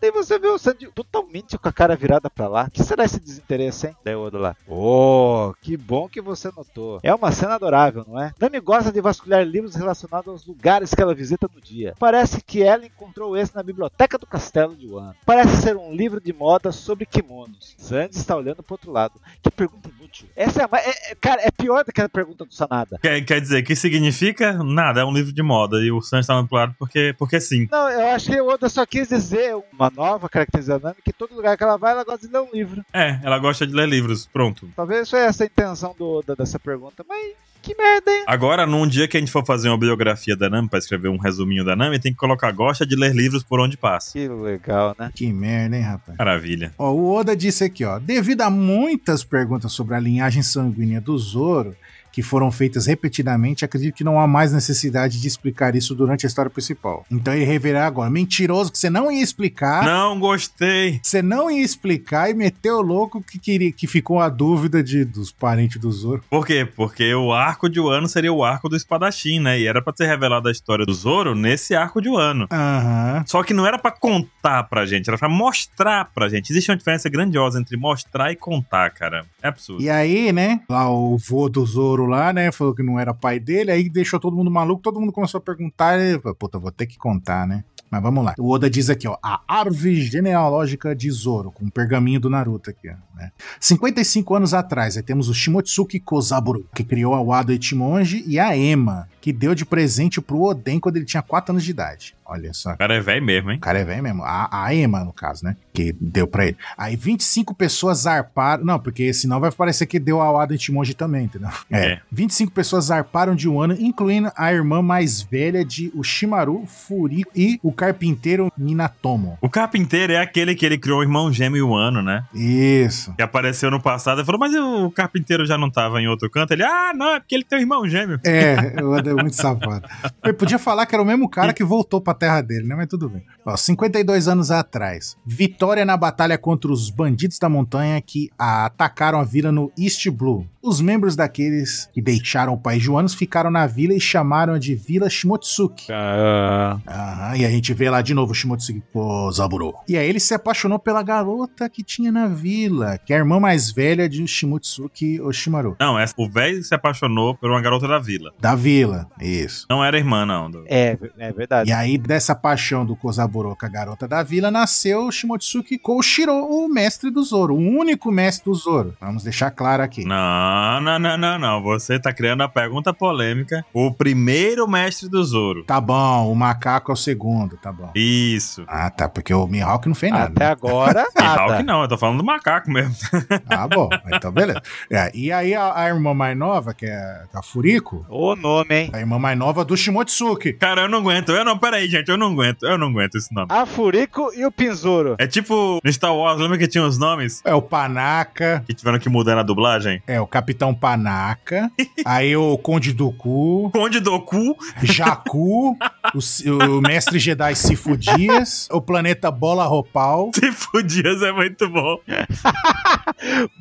S2: Daí você vê o Sandy totalmente com a cara virada pra lá. que será esse desinteresse, hein? Daí o Odo lá. Oh, que bom que você notou. É uma cena adorável, não é? Nami gosta de vasculhar livros relacionados aos lugares que ela visita no dia. Parece que ela encontrou esse na biblioteca do castelo de Wano. Parece ser um livro de moda sobre kimonos. Sandy está olhando pro outro lado. Que pergunta inútil. Essa é a mais... é- é- cara, é pior do que a pergunta do Sanada.
S1: Quer, quer dizer, que significa? Nada, é um livro de moda. E o Sanji tá no outro lado porque, porque sim.
S2: Não, eu acho que o Oda só quis dizer uma nova característica da Nami, que todo lugar que ela vai, ela gosta de ler um livro.
S1: É, ela gosta de ler livros. Pronto.
S2: Talvez foi essa a intenção do Oda dessa pergunta, mas que merda, hein?
S1: Agora, num dia que a gente for fazer uma biografia da Nami, pra escrever um resuminho da Nami, tem que colocar gosta de ler livros por onde passa.
S2: Que legal, né?
S3: é. Que merda, hein, rapaz?
S1: Maravilha.
S3: Ó, o Oda disse aqui, ó. Devido a muitas perguntas sobre a linhagem sanguínea do Zoro, que foram feitas repetidamente, acredito que não há mais necessidade de explicar isso durante a história principal. Então ele reverá agora. Mentiroso que você não ia explicar.
S1: Não gostei.
S3: Você não ia explicar e meteu o louco que, queria, que ficou a dúvida de, dos parentes do Zoro.
S1: Por quê? Porque o arco de Wano seria o arco do espadachim, né? E era pra ser revelada a história do Zoro nesse arco de Wano.
S3: Aham.
S1: Só que não era pra contar pra gente, era pra mostrar pra gente. Existe uma diferença grandiosa entre mostrar e contar, cara. É absurdo.
S3: E aí, né? Lá o vô do Zoro lá, né? Falou que não era pai dele, aí deixou todo mundo maluco, todo mundo começou a perguntar. Ele falou, puta, vou ter que contar, né? Mas vamos lá. O Oda diz aqui, ó, a árvore genealógica de Zoro, com o pergaminho do Naruto aqui, ó, né? 55 anos atrás, aí temos o Shimotsuki Kozaburo, que criou a Wado Itimonji, e a Ema, que deu de presente pro Oden quando ele tinha 4 anos de idade. Olha só
S1: O cara é velho mesmo, hein?
S3: o cara é velho mesmo. A, a Emma, no caso, né? Que deu pra ele. Aí 25 pessoas zarparam. Não, porque senão vai parecer que deu ao Adam Timonji também, entendeu? É.
S1: É.
S3: 25 pessoas zarparam de um ano, incluindo a irmã mais velha de Ushimaru Furiko e o carpinteiro Minatomo.
S1: O carpinteiro é aquele que ele criou o irmão gêmeo humano, né?
S3: Isso.
S1: Que apareceu no passado e falou, mas o carpinteiro já não tava em outro canto. Ele, ah, não, é porque ele tem um irmão gêmeo.
S3: É, o Adam é muito safado. Ele podia falar que era o mesmo cara que voltou pra terra dele, né? Mas tudo bem. Ó, 52 anos atrás, vitória na batalha contra os bandidos da montanha que a- atacaram a vila no East Blue. Os membros daqueles que deixaram o país Joanos ficaram na vila e chamaram de Vila
S1: Ah,
S3: Shimotsuki. Aham, e a gente vê lá de novo o Shimotsuki Kozaburo. E aí ele se apaixonou pela garota que tinha na vila, que é a irmã mais velha de Shimotsuki Oshimaru.
S1: Não, é o velho se apaixonou por uma garota da vila.
S3: Da vila, isso.
S1: Não era irmã, não.
S2: É, é verdade.
S3: E aí, dessa paixão do Kozaburo com a garota da vila, nasceu o Shimotsuki Koshiro, o mestre do Zoro, o único mestre do Zoro. Vamos deixar claro aqui.
S1: Não, não, não, não, não. Você tá criando a pergunta polêmica. O primeiro mestre do Zoro.
S3: Tá bom, o macaco é o segundo, tá bom.
S1: Isso.
S3: Ah, tá, porque o Mihawk não fez nada.
S2: Até
S3: né?
S2: agora,
S1: E tal que
S2: nada.
S1: não, eu tô falando do macaco mesmo.
S3: Ah, bom, então beleza. É, e aí, a, a irmã mais nova, que é a Furiko,
S2: O nome, hein?
S3: a irmã mais nova do Shimotsuki.
S1: Cara, eu não aguento. Eu não, peraí, gente, eu não aguento. Eu não aguento esse nome.
S2: A Furico e o Pinzuro.
S1: É tipo no Star Wars, lembra que tinha os nomes
S3: É o Panaka,
S1: que tiveram que mudar na dublagem?
S3: é o Capitão Panaka, aí o Conde do Cu.
S1: Conde Doku,
S3: Jacu, o, si- o mestre Jedi Sifo Dias, o planeta Bola Ropal.
S1: se fudias, é muito bom.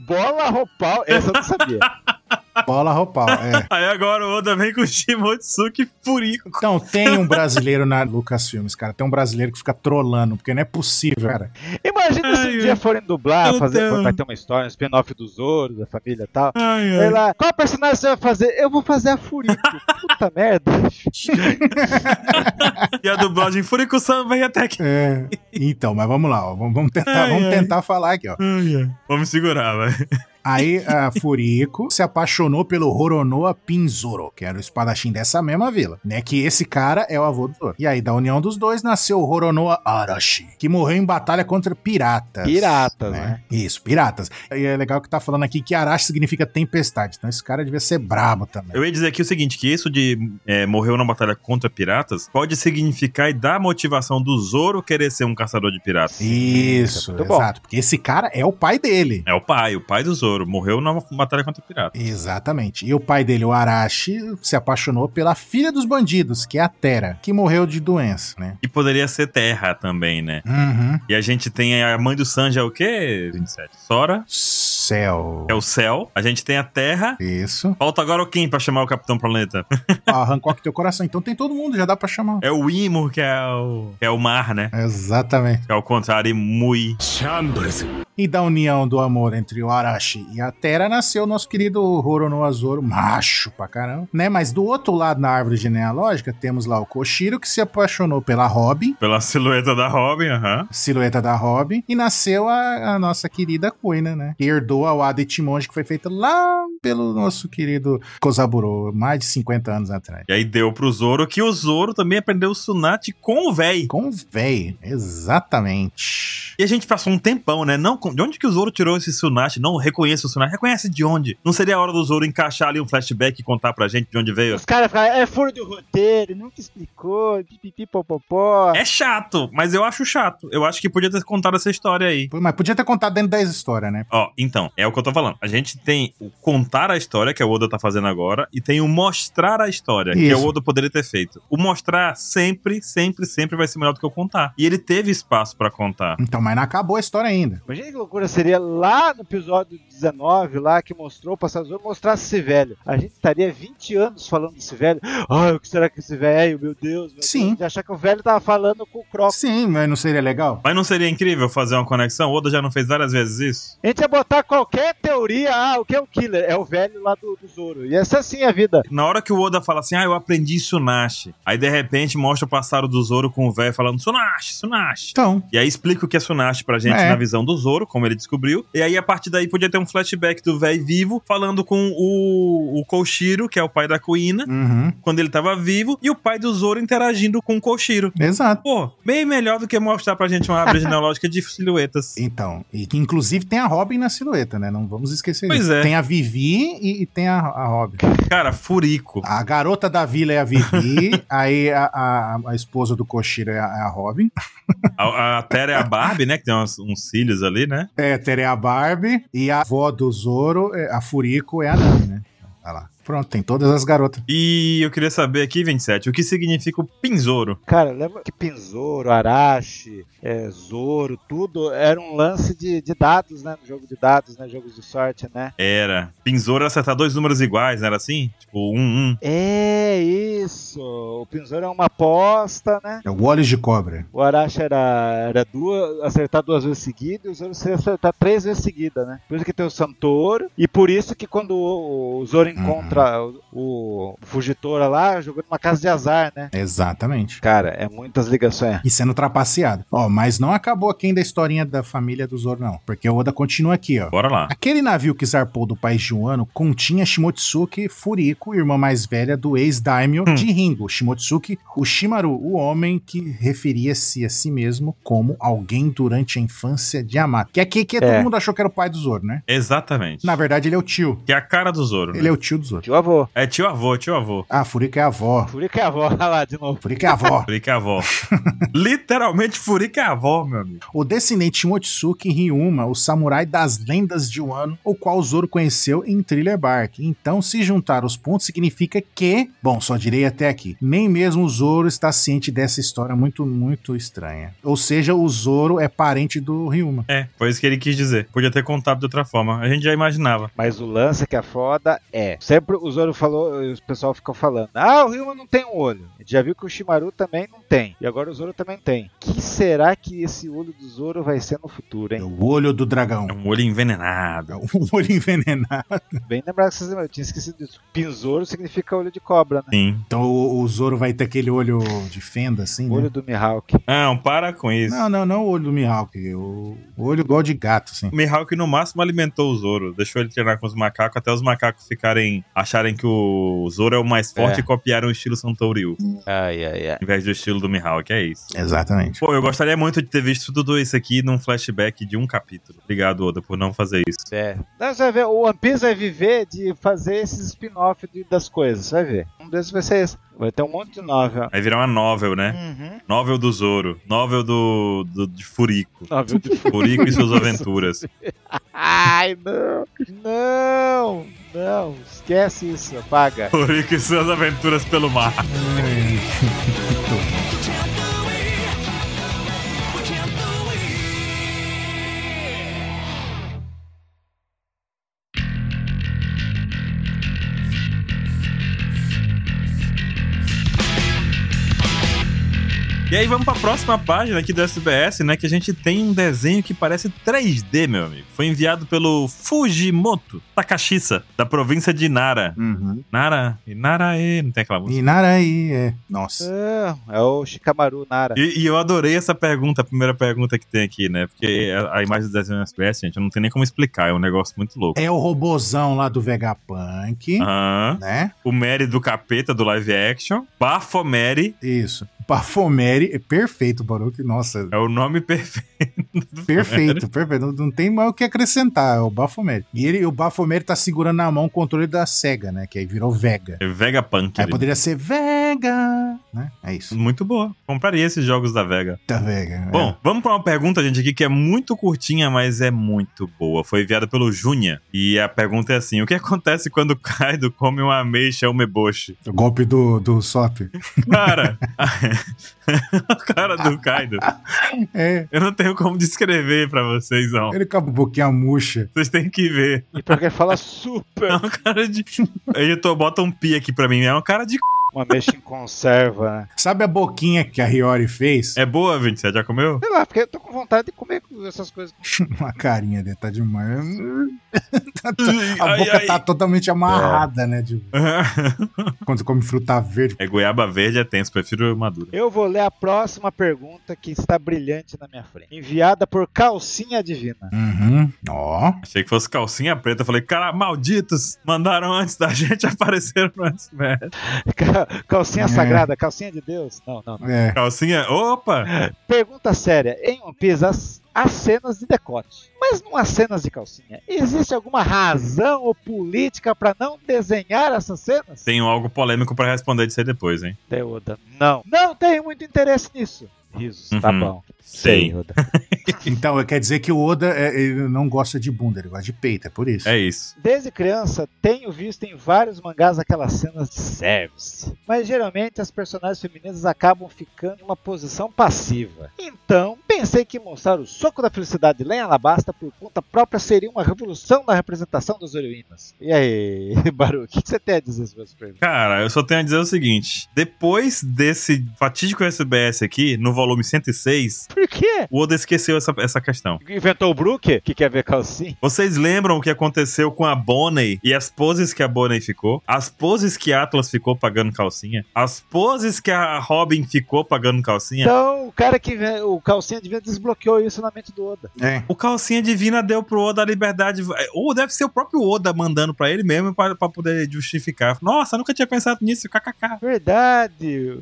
S2: Bola roupal. Essa eu não sabia.
S3: Bola Ropal, é.
S1: Aí agora o Oda vem com o Shimotsuki Furico.
S3: Então, tem um brasileiro na Lucasfilmes, cara. Tem um brasileiro que fica trolando, porque não é possível, cara.
S2: Imagina se
S1: Ai, Então
S2: um dia forem dublar,
S1: eu
S2: fazer,
S1: tenho-
S2: vai ter uma história, um spin-off do Zoro, da família e tal.
S1: Ai,
S2: Sei lá, qual personagem você vai fazer? Eu vou fazer a Furico. Puta merda.
S1: E a dublagem Furico-san vem até aqui.
S3: É. Então, mas vamos lá, ó. Vamos, vamos tentar,
S1: Ai,
S3: vamos
S1: ai.
S3: tentar falar aqui, ó.
S1: Ai, ai. Vamos segurar, velho.
S3: Aí a Furiko se apaixonou pelo Horonoa Pinzoro, que era o espadachim dessa mesma vila, né? Que esse cara é o avô do Zoro. E aí, da união dos dois, nasceu o Horonoa Arashi, que morreu em batalha contra piratas.
S2: Piratas, né?
S3: Isso, piratas. E é legal que tá falando aqui que Arashi significa tempestade, então esse cara devia ser brabo também.
S1: Eu ia dizer aqui o seguinte, que isso de é, morreu na batalha contra piratas pode significar e dar motivação do Zoro querer ser um caçador de piratas.
S3: Isso,
S2: é Muito bom.
S3: exato. Porque esse cara é o pai dele.
S1: É o pai, o pai do Zoro. Morreu na batalha contra piratas.
S3: Exatamente. E o pai dele, o Arashi, se apaixonou pela filha dos bandidos, que é a Tera, que morreu de doença, né?
S1: E poderia ser terra também, né?
S3: Uhum.
S1: E a gente tem a mãe do Sanji é o quê, 27? Sora,
S3: Céu.
S1: que é o céu. A gente tem a terra.
S3: Isso.
S1: Falta agora o Kim pra chamar o Capitão Planeta.
S3: Ah, arrancou aqui teu coração. Então tem todo mundo, já dá pra chamar.
S1: É o Imo, que é o, que é o mar, né?
S3: Exatamente.
S1: Que é o contrário, Mui.
S3: E da união do amor entre o Arashi e a Terra nasceu o nosso querido Horonoa Zoro, macho pra caramba, né? Mas do outro lado, na árvore genealógica, temos lá o Koshiro, que se apaixonou pela Robin,
S1: Pela silhueta da Robin, aham.
S3: silhueta da Robin, e nasceu a, a nossa querida Kuina, né? Que herdou a Wada Itimonji, que foi feita lá pelo nosso querido Kozaburo, mais de 50 anos atrás.
S1: E aí deu pro Zoro, que o Zoro também aprendeu o Sunat com o véi.
S3: Com o véi, exatamente.
S1: E a gente passou um tempão, né? Não, com- de onde que o Zoro tirou esse Sunat? Não reconheço o Sunat. Reconhece de onde? Não seria a hora do Zoro encaixar ali um flashback e contar pra gente de onde veio?
S2: Os caras ficaram, é furo do roteiro, nunca explicou, pipipi, popopó.
S1: É chato, mas eu acho chato. Eu acho que podia ter contado essa história aí.
S3: Pô, Mas podia ter contado dentro da história, né?
S1: Ó, então, é o que eu tô falando. A gente tem o contar a história, que o Oda tá fazendo agora, e tem o mostrar a história, que é
S3: Isso.
S1: o Oda poderia ter feito. O mostrar sempre, sempre, sempre vai ser melhor do que o contar. E ele teve espaço pra contar.
S3: Então, mas não acabou a história ainda.
S2: Imagina que loucura seria lá no episódio 19, lá que mostrou o passado Zoro, mostrasse esse velho. A gente estaria 20 anos falando desse velho. Ai, o que será que esse velho? Meu Deus, meu
S3: Sim.
S2: Deus. De achar que o velho tava falando com o Croc.
S3: Sim, mas não seria legal?
S1: Mas não seria incrível fazer uma conexão? O Oda já não fez várias vezes isso?
S2: A gente ia botar qualquer teoria, ah, o que é o killer? É o velho lá do, do Zoro. E essa sim é a vida.
S1: Na hora que o Oda fala assim, ah, eu aprendi Sunashi. Aí de repente mostra o passado do Zoro com o velho falando Sunashi, Sunashi.
S3: Então,
S1: E aí explica o que é Sunashi pra gente
S3: É.
S1: na visão do Zoro, como ele descobriu. E aí a partir daí podia ter um flashback do velho vivo falando com o, o Koshiro, que é o pai da Kuina,
S3: uhum,
S1: quando ele tava vivo, e o pai do Zoro interagindo com o Koshiro.
S3: exato.
S1: Pô, bem melhor do que mostrar pra gente uma árvore genealógica de silhuetas.
S3: Então, e que inclusive tem a Robin na silhueta, né? Não vamos esquecer
S1: Pois
S3: disso.
S1: é.
S3: Tem a Vivi e, e tem a, a Robin.
S1: Cara, furico.
S3: A garota da vila é a Vivi, aí a, a- a esposa do Koshiro é a, é a Robin,
S1: A, a Terra é a Barbie, né? Que tem uns, uns cílios ali, né?
S3: é, Tere é a Barbie, e a avó do Zoro, é- a Furiko, é a Nami, né? Olha lá. Pronto, tem todas as garotas.
S1: E eu queria saber aqui, 27, o que significa o Pinzoro?
S2: Cara, lembra que Pinzoro, Arashi, é, Zoro, tudo era um lance de, de dados, né? No jogo de dados, né? Jogos de sorte, né?
S1: Era. Pinzoro era acertar dois números iguais, não era assim? Tipo, um, um.
S2: É isso! O Pinzoro é uma aposta, né?
S3: É o Olhos de Cobra.
S2: O Arashi era, era duas, acertar duas vezes seguida e o Zoro seria acertar três vezes seguida, né? Por isso que tem o Santoro e por isso que quando o, o Zoro encontra o, o Fugitora lá, jogou numa casa de azar, né?
S3: Exatamente.
S2: Cara, é muitas ligações.
S3: E sendo trapaceado. Ó, mas não acabou aqui ainda a historinha da família do Zoro, não. Porque o Oda continua aqui, ó.
S1: Bora lá.
S3: Aquele navio que zarpou do país de Wano continha Shimotsuki Furiko, irmã mais velha do ex-daimyo
S1: Hum.
S3: de Ringo, Shimotsuki Ushimaru, o homem que referia-se a si mesmo como alguém durante a infância de Yamato. Que aqui que todo
S2: É.
S3: mundo achou que era o pai do Zoro, né?
S1: Exatamente.
S3: Na verdade, ele é o tio.
S1: Que é a cara do Zoro. né?
S3: Ele é o tio do Zoro.
S2: Tio avô.
S1: É tio avô, tio avô.
S3: Ah, Furiko é a avó.
S2: Furica é a avó, olha lá de novo.
S3: Furiko é a avó.
S1: Furica é a avó. Literalmente Furica é a avó, meu amigo.
S3: o descendente Shimotsuki Ryuma, o samurai das lendas de Wano, o qual o Zoro conheceu em Thriller Bark. Então, se juntar os pontos significa que, bom, só direi até aqui, nem mesmo o Zoro está ciente dessa história muito, muito estranha. Ou seja, o Zoro é parente do Ryuma.
S1: É, foi isso que ele quis dizer. Podia ter contado de outra forma. A gente já imaginava.
S2: Mas o lance que é foda é sempre próprio o Zoro falou, o pessoal ficou falando: Ah, o Ryuma não tem um olho. A gente já viu que o Shimaru também não tem. E agora o Zoro também tem. que será que esse olho do Zoro vai ser no futuro,
S3: É
S2: hein?
S3: o olho do dragão.
S1: É um olho envenenado.
S3: É o olho envenenado.
S2: Bem lembrado que vocês lembram, eu tinha esquecido disso. Pinzoro significa olho de cobra, né?
S1: Sim.
S3: Então o, o Zoro vai ter aquele olho de fenda, assim, né?
S2: Olho do Mihawk.
S1: Não, para com isso.
S3: Não, não, não o olho do Mihawk. O o olho igual de gato, assim.
S1: O Mihawk no máximo alimentou o Zoro, deixou ele treinar com os macacos até os macacos ficarem acharem que o Zoro é o mais forte
S2: É.
S1: e copiaram o estilo Santoryu,
S2: Ai, ai, ai.
S1: em vez do estilo do Mihawk, é isso.
S3: Exatamente.
S1: Pô, eu gostaria muito de ter visto tudo isso aqui num flashback de um capítulo. Obrigado, Oda, por não fazer isso.
S2: É. Não, você vai ver, o One Piece vai viver de fazer esses spin-off de- das coisas, você vai ver. Um desses vai ser esse. Vai ter um monte de novel.
S1: Aí virar uma novel, né?
S2: Uhum.
S1: Novel do Zoro, novel do, do- de Furico.
S2: Novel de
S1: Furico e suas aventuras.
S2: Ai, não! Não! Não! Esquece isso, apaga.
S1: Furico e suas aventuras pelo mar. E aí vamos pra próxima página aqui do SBS, né? Que a gente tem um desenho que parece 3D, meu amigo. Foi enviado pelo Fujimoto Takashisa, da província de Nara.
S3: Uhum.
S1: Nara, Narae, não tem aquela música?
S3: E Naraí, é. Nossa.
S2: Não, é o Shikamaru Nara.
S1: E, e eu adorei essa pergunta, a primeira pergunta que tem aqui, né? Porque a, a imagem do desenho SBS, gente, eu não tenho nem como explicar, é um negócio muito louco.
S3: É o robozão lá do Vegapunk,
S1: Aham.
S3: né?
S1: O Mary do capeta do live action. Bafomeri
S3: Isso. Bafomeri, é perfeito, Baruque. Nossa,
S1: é o nome perfeito.
S3: perfeito, perfeito. Não, não tem mais o que acrescentar, é o Bafomeri. E ele, o Bafomeri tá segurando na mão o controle da SEGA, né? Que aí virou Vega.
S1: É Vegapunk.
S3: Aí
S1: ele.
S3: poderia ser Vega, né? É isso.
S1: Muito boa. Compraria esses jogos da Vega.
S3: Tá Vega.
S1: Bom, vamos pra uma pergunta, gente, aqui que é muito curtinha, mas é muito boa. Foi enviada pelo Júnior. E a pergunta é assim: o que acontece quando o Kaido come uma ameixa ou um meboche?
S3: é. O golpe do, do Sop.
S1: Cara, o cara do Kaido,
S3: É.
S1: eu não tenho como descrever pra vocês, não.
S3: Ele com a boquinha murcha.
S1: Vocês têm que ver.
S2: E porque fala super.
S1: É um cara de. Eu tô, bota um pi aqui pra mim. É um cara de. c****.
S2: Uma mexa em conserva, né?
S3: Sabe a boquinha que a Hiyori fez?
S1: É boa, 27? Já comeu?
S2: Sei lá, porque eu tô com vontade de comer essas coisas.
S3: Uma carinha dele, tá demais. A boca tá totalmente amarrada, né? de- quando você come fruta verde.
S1: É goiaba verde, é tenso. Prefiro madura.
S2: Eu vou ler a próxima pergunta que está brilhante na minha frente. Enviada por Calcinha Divina.
S3: Uhum. Ó.
S1: Achei que fosse calcinha preta. Eu Falei, cara, malditos, mandaram antes da gente, apareceram É. no SBS.
S2: Ca- Calcinha
S3: É.
S2: sagrada, calcinha de Deus? Não, não, não.
S3: É.
S1: Calcinha, opa!
S2: Pergunta séria. Em One Piece, as, as cenas de decote. Mas não as cenas de calcinha. Existe alguma razão ou política pra não desenhar essas cenas?
S1: Tenho algo polêmico pra responder disso aí depois, hein?
S2: Deoda. Não. Não tenho muito interesse nisso. Risos, tá
S1: Uhum.
S2: bom.
S1: Sei.
S2: Oda.
S3: Então, quer dizer que o Oda é, ele não gosta de bunda, ele gosta de peito, é por isso.
S1: É isso.
S2: Desde criança, tenho visto em vários mangás aquelas cenas de service, mas geralmente as personagens femininas acabam ficando em uma posição passiva. Então, pensei que mostrar o soco da felicidade lá em Alabasta por conta própria seria uma revolução na representação dos heroínas. E aí, Baruch, o que você tem a dizer sobre essa pergunta?
S1: Cara, eu só tenho a dizer o seguinte: depois desse fatídico SBS aqui, no volume 106,
S2: Por quê?
S1: o Oda esqueceu essa, essa questão.
S2: Inventou o Brook, que quer ver calcinha?
S1: Vocês lembram o que aconteceu com a Bonnie e as poses que a Bonnie ficou? As poses que a Atlas ficou pagando calcinha? As poses que a Robin ficou pagando calcinha?
S2: Então, o cara que inven- o calcinha devia desbloqueou isso na mente do Oda.
S3: É.
S1: O Calcinha Divina deu pro Oda a liberdade. Ou deve ser o próprio Oda mandando pra ele mesmo pra, pra poder justificar. Nossa, nunca tinha pensado nisso, kkk.
S2: Verdade.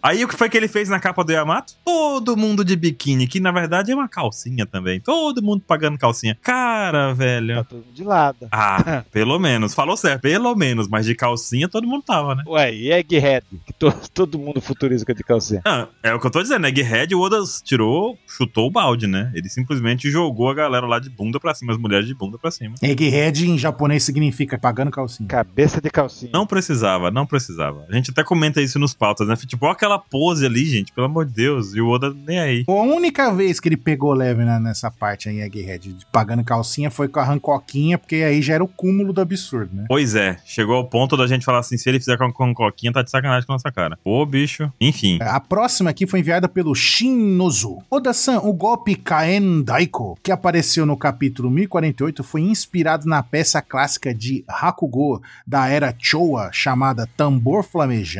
S1: Aí o que foi que ele fez na capa do Yamato? Todo mundo de biquíni, que na verdade é uma calcinha também. Todo mundo pagando calcinha. Cara,
S2: tá
S1: velho.
S2: todo mundo de lado.
S1: Ah, pelo menos. Falou certo, pelo menos. Mas de calcinha todo mundo tava, né?
S2: Ué, e Egghead? Que to- todo mundo futuriza com a de calcinha.
S1: Ah, é o que eu tô dizendo, Egghead, o Oda tirou, chutou o balde, né? Ele simplesmente jogou a galera lá de bunda pra cima, as mulheres de bunda pra cima.
S3: Egghead em japonês significa pagando calcinha.
S2: Cabeça de calcinha.
S1: Não precisava, não precisava. A gente até comenta isso nos pautas, né? Tipo, ó aquela pose ali, gente, pelo amor de Deus. E o Oda nem aí. aí.
S3: A única vez que ele pegou leve na- nessa parte aí, Egghead, de pagando calcinha, foi com a Hancoquinha, porque aí já era o cúmulo do absurdo, né?
S1: Pois é, chegou ao ponto da gente falar assim: se ele fizer com, com coquinha, tá de sacanagem com a nossa cara. Ô, bicho. Enfim.
S3: A próxima aqui foi enviada pelo Shinozu. Oda-san, o golpe Kaen Daiko, que apareceu no capítulo 1048, foi inspirado na peça clássica de Hakugo da era Chowa, chamada Tambor Flamejante?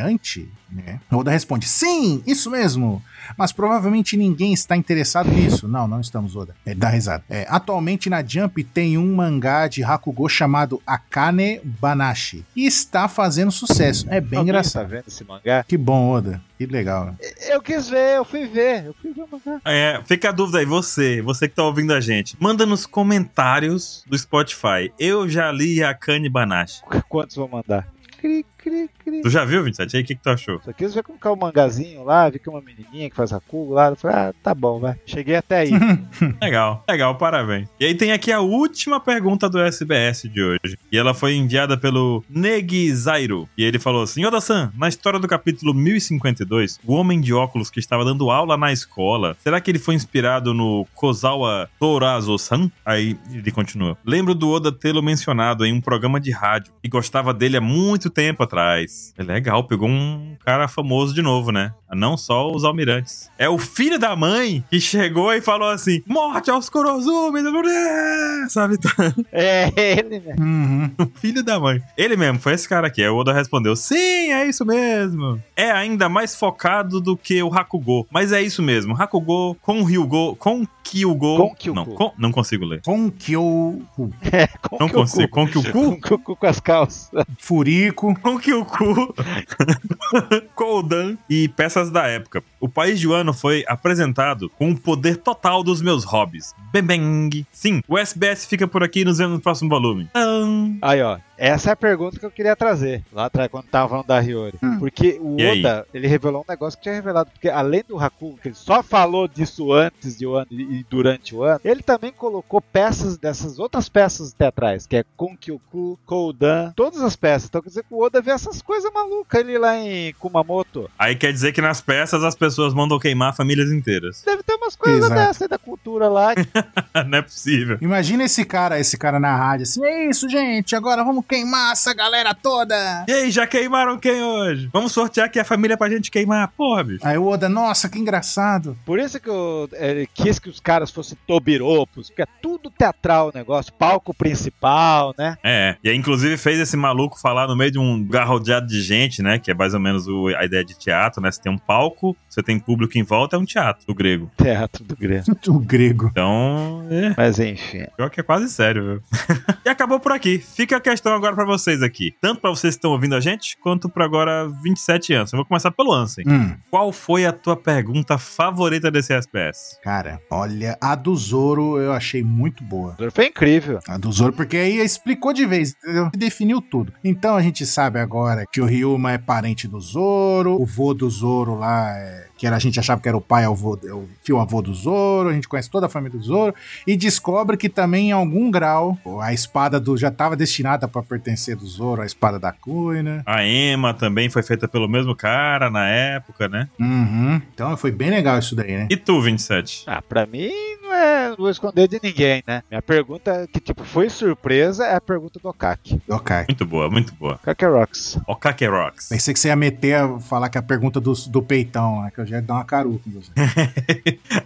S3: Né? Oda responde, sim, isso mesmo. Mas provavelmente ninguém está interessado nisso. Não, não estamos, Oda. É, dá risada. É, atualmente na Jump tem um mangá de Hakugo chamado Akane Banashi. E está fazendo sucesso. É bem
S2: Alguém
S3: engraçado.
S2: Tá vendo esse mangá?
S3: Que bom, Oda. Que legal, né?
S2: Eu quis ver, eu fui ver. Eu fui ver o mangá.
S1: É, fica a dúvida aí, você, você que tá ouvindo a gente, manda nos comentários do Spotify. Eu já li a Kanye Banashi.
S2: Quantos vou mandar? Cri, cri, cri.
S1: Tu já viu, 27? E aí, o que, que tu achou?
S2: Só quis ver como que é o mangazinho lá, vi que é uma menininha que faz a culo lá. Eu falei, ah, tá bom, vai. Cheguei até aí.
S1: Legal, legal, parabéns. E aí tem aqui a última pergunta do SBS de hoje. E ela foi enviada pelo Negizairo. E ele falou assim: Oda-san, na história do capítulo 1052, o homem de óculos que estava dando aula na escola, será que ele foi inspirado no Kozawa Torazo-san? Aí ele continua. Lembro do Oda tê-lo mencionado em um programa de rádio e gostava dele há muito tempo atrás. É legal, pegou um cara famoso de novo, né? Não só os almirantes. É o filho da mãe que chegou e falou assim: Morte aos Kurozumes! Sabe?
S2: é ele, né?
S3: Uhum.
S1: Filho da mãe. Ele mesmo, foi esse cara aqui. Aí o Oda respondeu: Sim, é isso mesmo. É ainda mais focado do que o Hakugo. Mas é isso mesmo. Hakugo com Ryugo, com Kyugo.
S2: Com Kyugo.
S1: Não, com- não consigo ler.
S3: Tonkyo
S2: Com
S1: Não
S2: que o
S1: consigo.
S2: cu-
S1: Com Kyuku?
S2: Com, com, com as calças.
S3: Furico.
S1: Com Kyuku, Koldan e peças da época. O país de Wano foi apresentado com o poder total dos meus hobbies. Bem, bem. Sim, o SBS fica por aqui e nos vemos no próximo volume.
S2: Ah.
S1: Tadam.
S2: Aí, ó. Essa é a pergunta que eu queria trazer lá atrás, quando tava falando da Hiyori. Porque o
S1: E aí?
S2: Oda, ele revelou um negócio que tinha revelado. Porque além do Hakugo, que ele só falou disso antes de Wano e e durante o ano, ele também colocou peças dessas outras peças teatrais, que é Kunkyoku, Koudan, todas as peças. Então quer dizer que o Oda vê essas coisas malucas ali lá em Kumamoto.
S1: Aí quer dizer que nas peças as pessoas mandam queimar famílias inteiras.
S2: Deve ter umas coisas
S3: Exato.
S2: dessas aí da cultura lá.
S1: Não é possível.
S3: Imagina esse cara, esse cara na rádio assim, é isso, gente, agora vamos queimar essa galera toda.
S1: E aí, já queimaram quem hoje? Vamos sortear aqui a família pra gente queimar. Porra, bicho.
S3: Aí o Oda, nossa, que engraçado.
S2: Por isso que o- ele quis que os caras fossem tobiropos, porque é tudo teatral o negócio, palco principal, né?
S1: É. E aí, inclusive, fez esse maluco falar no meio de um lugar rodeado de gente, né? Que é mais ou menos o- a ideia de teatro, né? Você tem um palco, você tem público em volta, é um teatro, o grego.
S2: Teatro do Grêmio.
S3: O grego.
S1: Então, é,
S2: Mas enfim.
S1: pior que é quase sério, viu? e acabou por aqui. Fica a questão agora pra vocês aqui. Tanto pra vocês que estão ouvindo a gente, quanto pra agora 27 anos. Eu vou começar pelo Ansem.
S3: Hum,
S1: Qual foi a tua pergunta favorita desse SPS?
S3: cara, olha, a do Zoro eu achei muito boa.
S2: Foi incrível.
S3: A do Zoro, porque aí explicou de vez, entendeu? Definiu tudo. Então a gente sabe agora que o Ryuma é parente do Zoro, o vô do Zoro lá é- Que era, a gente achava que era o pai, é o, vô, é o fio avô do Zoro, a gente conhece toda a família do Zoro, e descobre que também, em algum grau, a espada do já estava destinada para pertencer do Zoro, a espada da Kuina.
S1: A Emma também foi feita pelo mesmo cara na época, né?
S3: Uhum. Então foi bem legal isso daí, né?
S1: E tu, 27?
S2: Ah, pra mim não é. Não vou esconder de ninguém, né? Minha pergunta, que tipo, foi surpresa, é a pergunta do Okaki.
S3: Ok.
S1: Muito boa, muito boa.
S2: Okaki Rocks.
S1: O Kake Rocks.
S3: Pensei que você ia meter, falar que a pergunta do, do peitão, né? que eu já ia dar uma caruca. em você.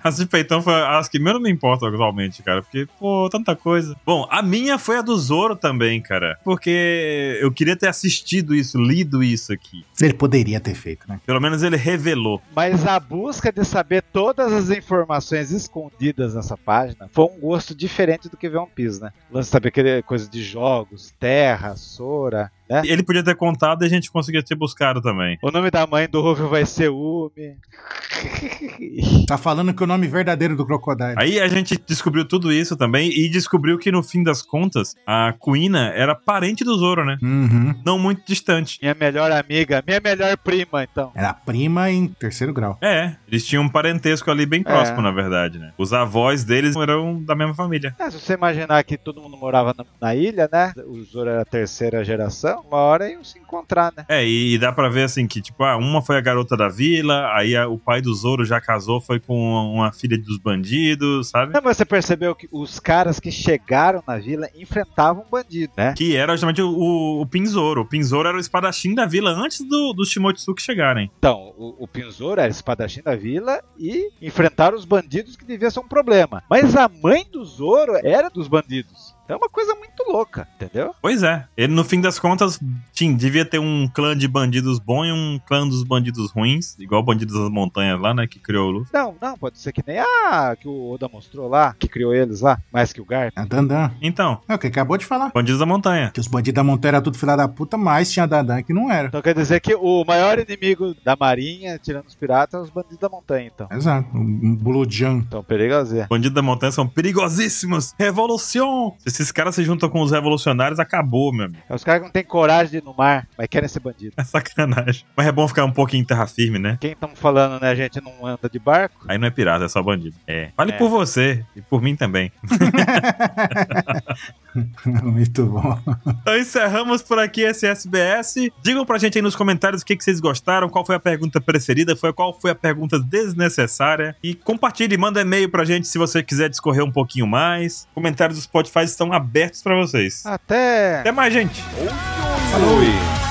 S1: As de peitão foi as que menos me importam atualmente, cara. Porque, pô, tanta coisa. Bom, a minha foi a do Zoro também, cara. Porque eu queria ter assistido isso, lido isso aqui.
S3: Ele poderia ter feito, né?
S1: Pelo menos ele revelou.
S2: Mas a busca de saber todas as informações escondidas nessa página foi um gosto diferente do que ver um piso, né? O Lance de saber que ele- coisa de jogos, terra, sora, né?
S1: Ele podia ter contado e a gente conseguia ter buscado também.
S2: O nome da mãe do Ruffy vai ser Umi.
S3: Tá falando que o nome verdadeiro do Crocodile.
S1: Aí a gente descobriu tudo isso também e descobriu que, no fim das contas, a Kuina era parente do Zoro, né?
S3: Uhum.
S1: Não muito distante.
S2: Minha melhor amiga, minha melhor prima, então.
S3: Era prima em terceiro grau.
S1: É, eles tinham um parentesco ali bem próximo, na verdade, né? Os avós deles eram da mesma família.
S2: É, se você imaginar que todo mundo morava na, na ilha, né? O Zoro era a terceira geração, Então, uma hora iam se encontrar, né?
S1: É, e, e dá pra ver assim que, tipo, ah, uma foi a garota da vila, aí a- o pai do Zoro já casou, foi com uma, uma filha dos bandidos, sabe?
S2: Não, mas você percebeu que os caras que chegaram na vila enfrentavam um bandido, né?
S1: Que era justamente o, o, o Pinzoro. O Pinzoro era o espadachim da vila antes do, dos Shimotsuki chegarem.
S2: Então, o, o Pinzor era espadachim da vila e enfrentaram os bandidos que devia ser um problema. Mas a mãe do Zoro era dos bandidos. Então é uma coisa muito louca, entendeu?
S1: Pois é. Ele, no fim das contas, tinha, devia ter um clã de bandidos bom e um clã dos bandidos ruins, igual bandidos das montanhas lá, né, que criou o Luffy.
S2: Não, não, pode ser que nem a que o Oda mostrou lá, que criou eles lá, mais que o Garp.
S3: A É Dandan.
S1: Então,
S3: É o que acabou de falar.
S1: bandidos da montanha.
S3: Que os bandidos da montanha eram tudo filha da puta, mas tinha a Dandan que não era.
S2: Então quer dizer que o maior inimigo da marinha, tirando os piratas, é os bandidos da montanha, então.
S3: Exato. Um um Blue Jam.
S2: Então, perigoso. é.
S1: Bandidos da montanha são perigosíssimos. Revolução! Se esses caras se juntam com os revolucionários, acabou, meu amigo.
S2: É os caras que não têm coragem de ir no mar, mas querem ser bandido.
S1: É sacanagem. Mas é bom ficar um pouquinho em terra firme, né?
S2: Quem estamos falando, né? A gente não anda de barco.
S1: Aí não é pirata, é só bandido. É. Fale
S2: É.
S1: por você e por mim também.
S3: Muito bom.
S1: Então encerramos por aqui esse SBS. Digam pra gente aí nos comentários o que, que vocês gostaram, qual foi a pergunta preferida, foi qual foi a pergunta desnecessária. E compartilhe, manda um e-mail pra gente se você quiser discorrer um pouquinho mais.
S2: Ah.
S1: Comentários do Spotify estão abertos pra vocês.
S2: Até.
S1: Até mais, gente!
S3: Falou!
S1: Fui.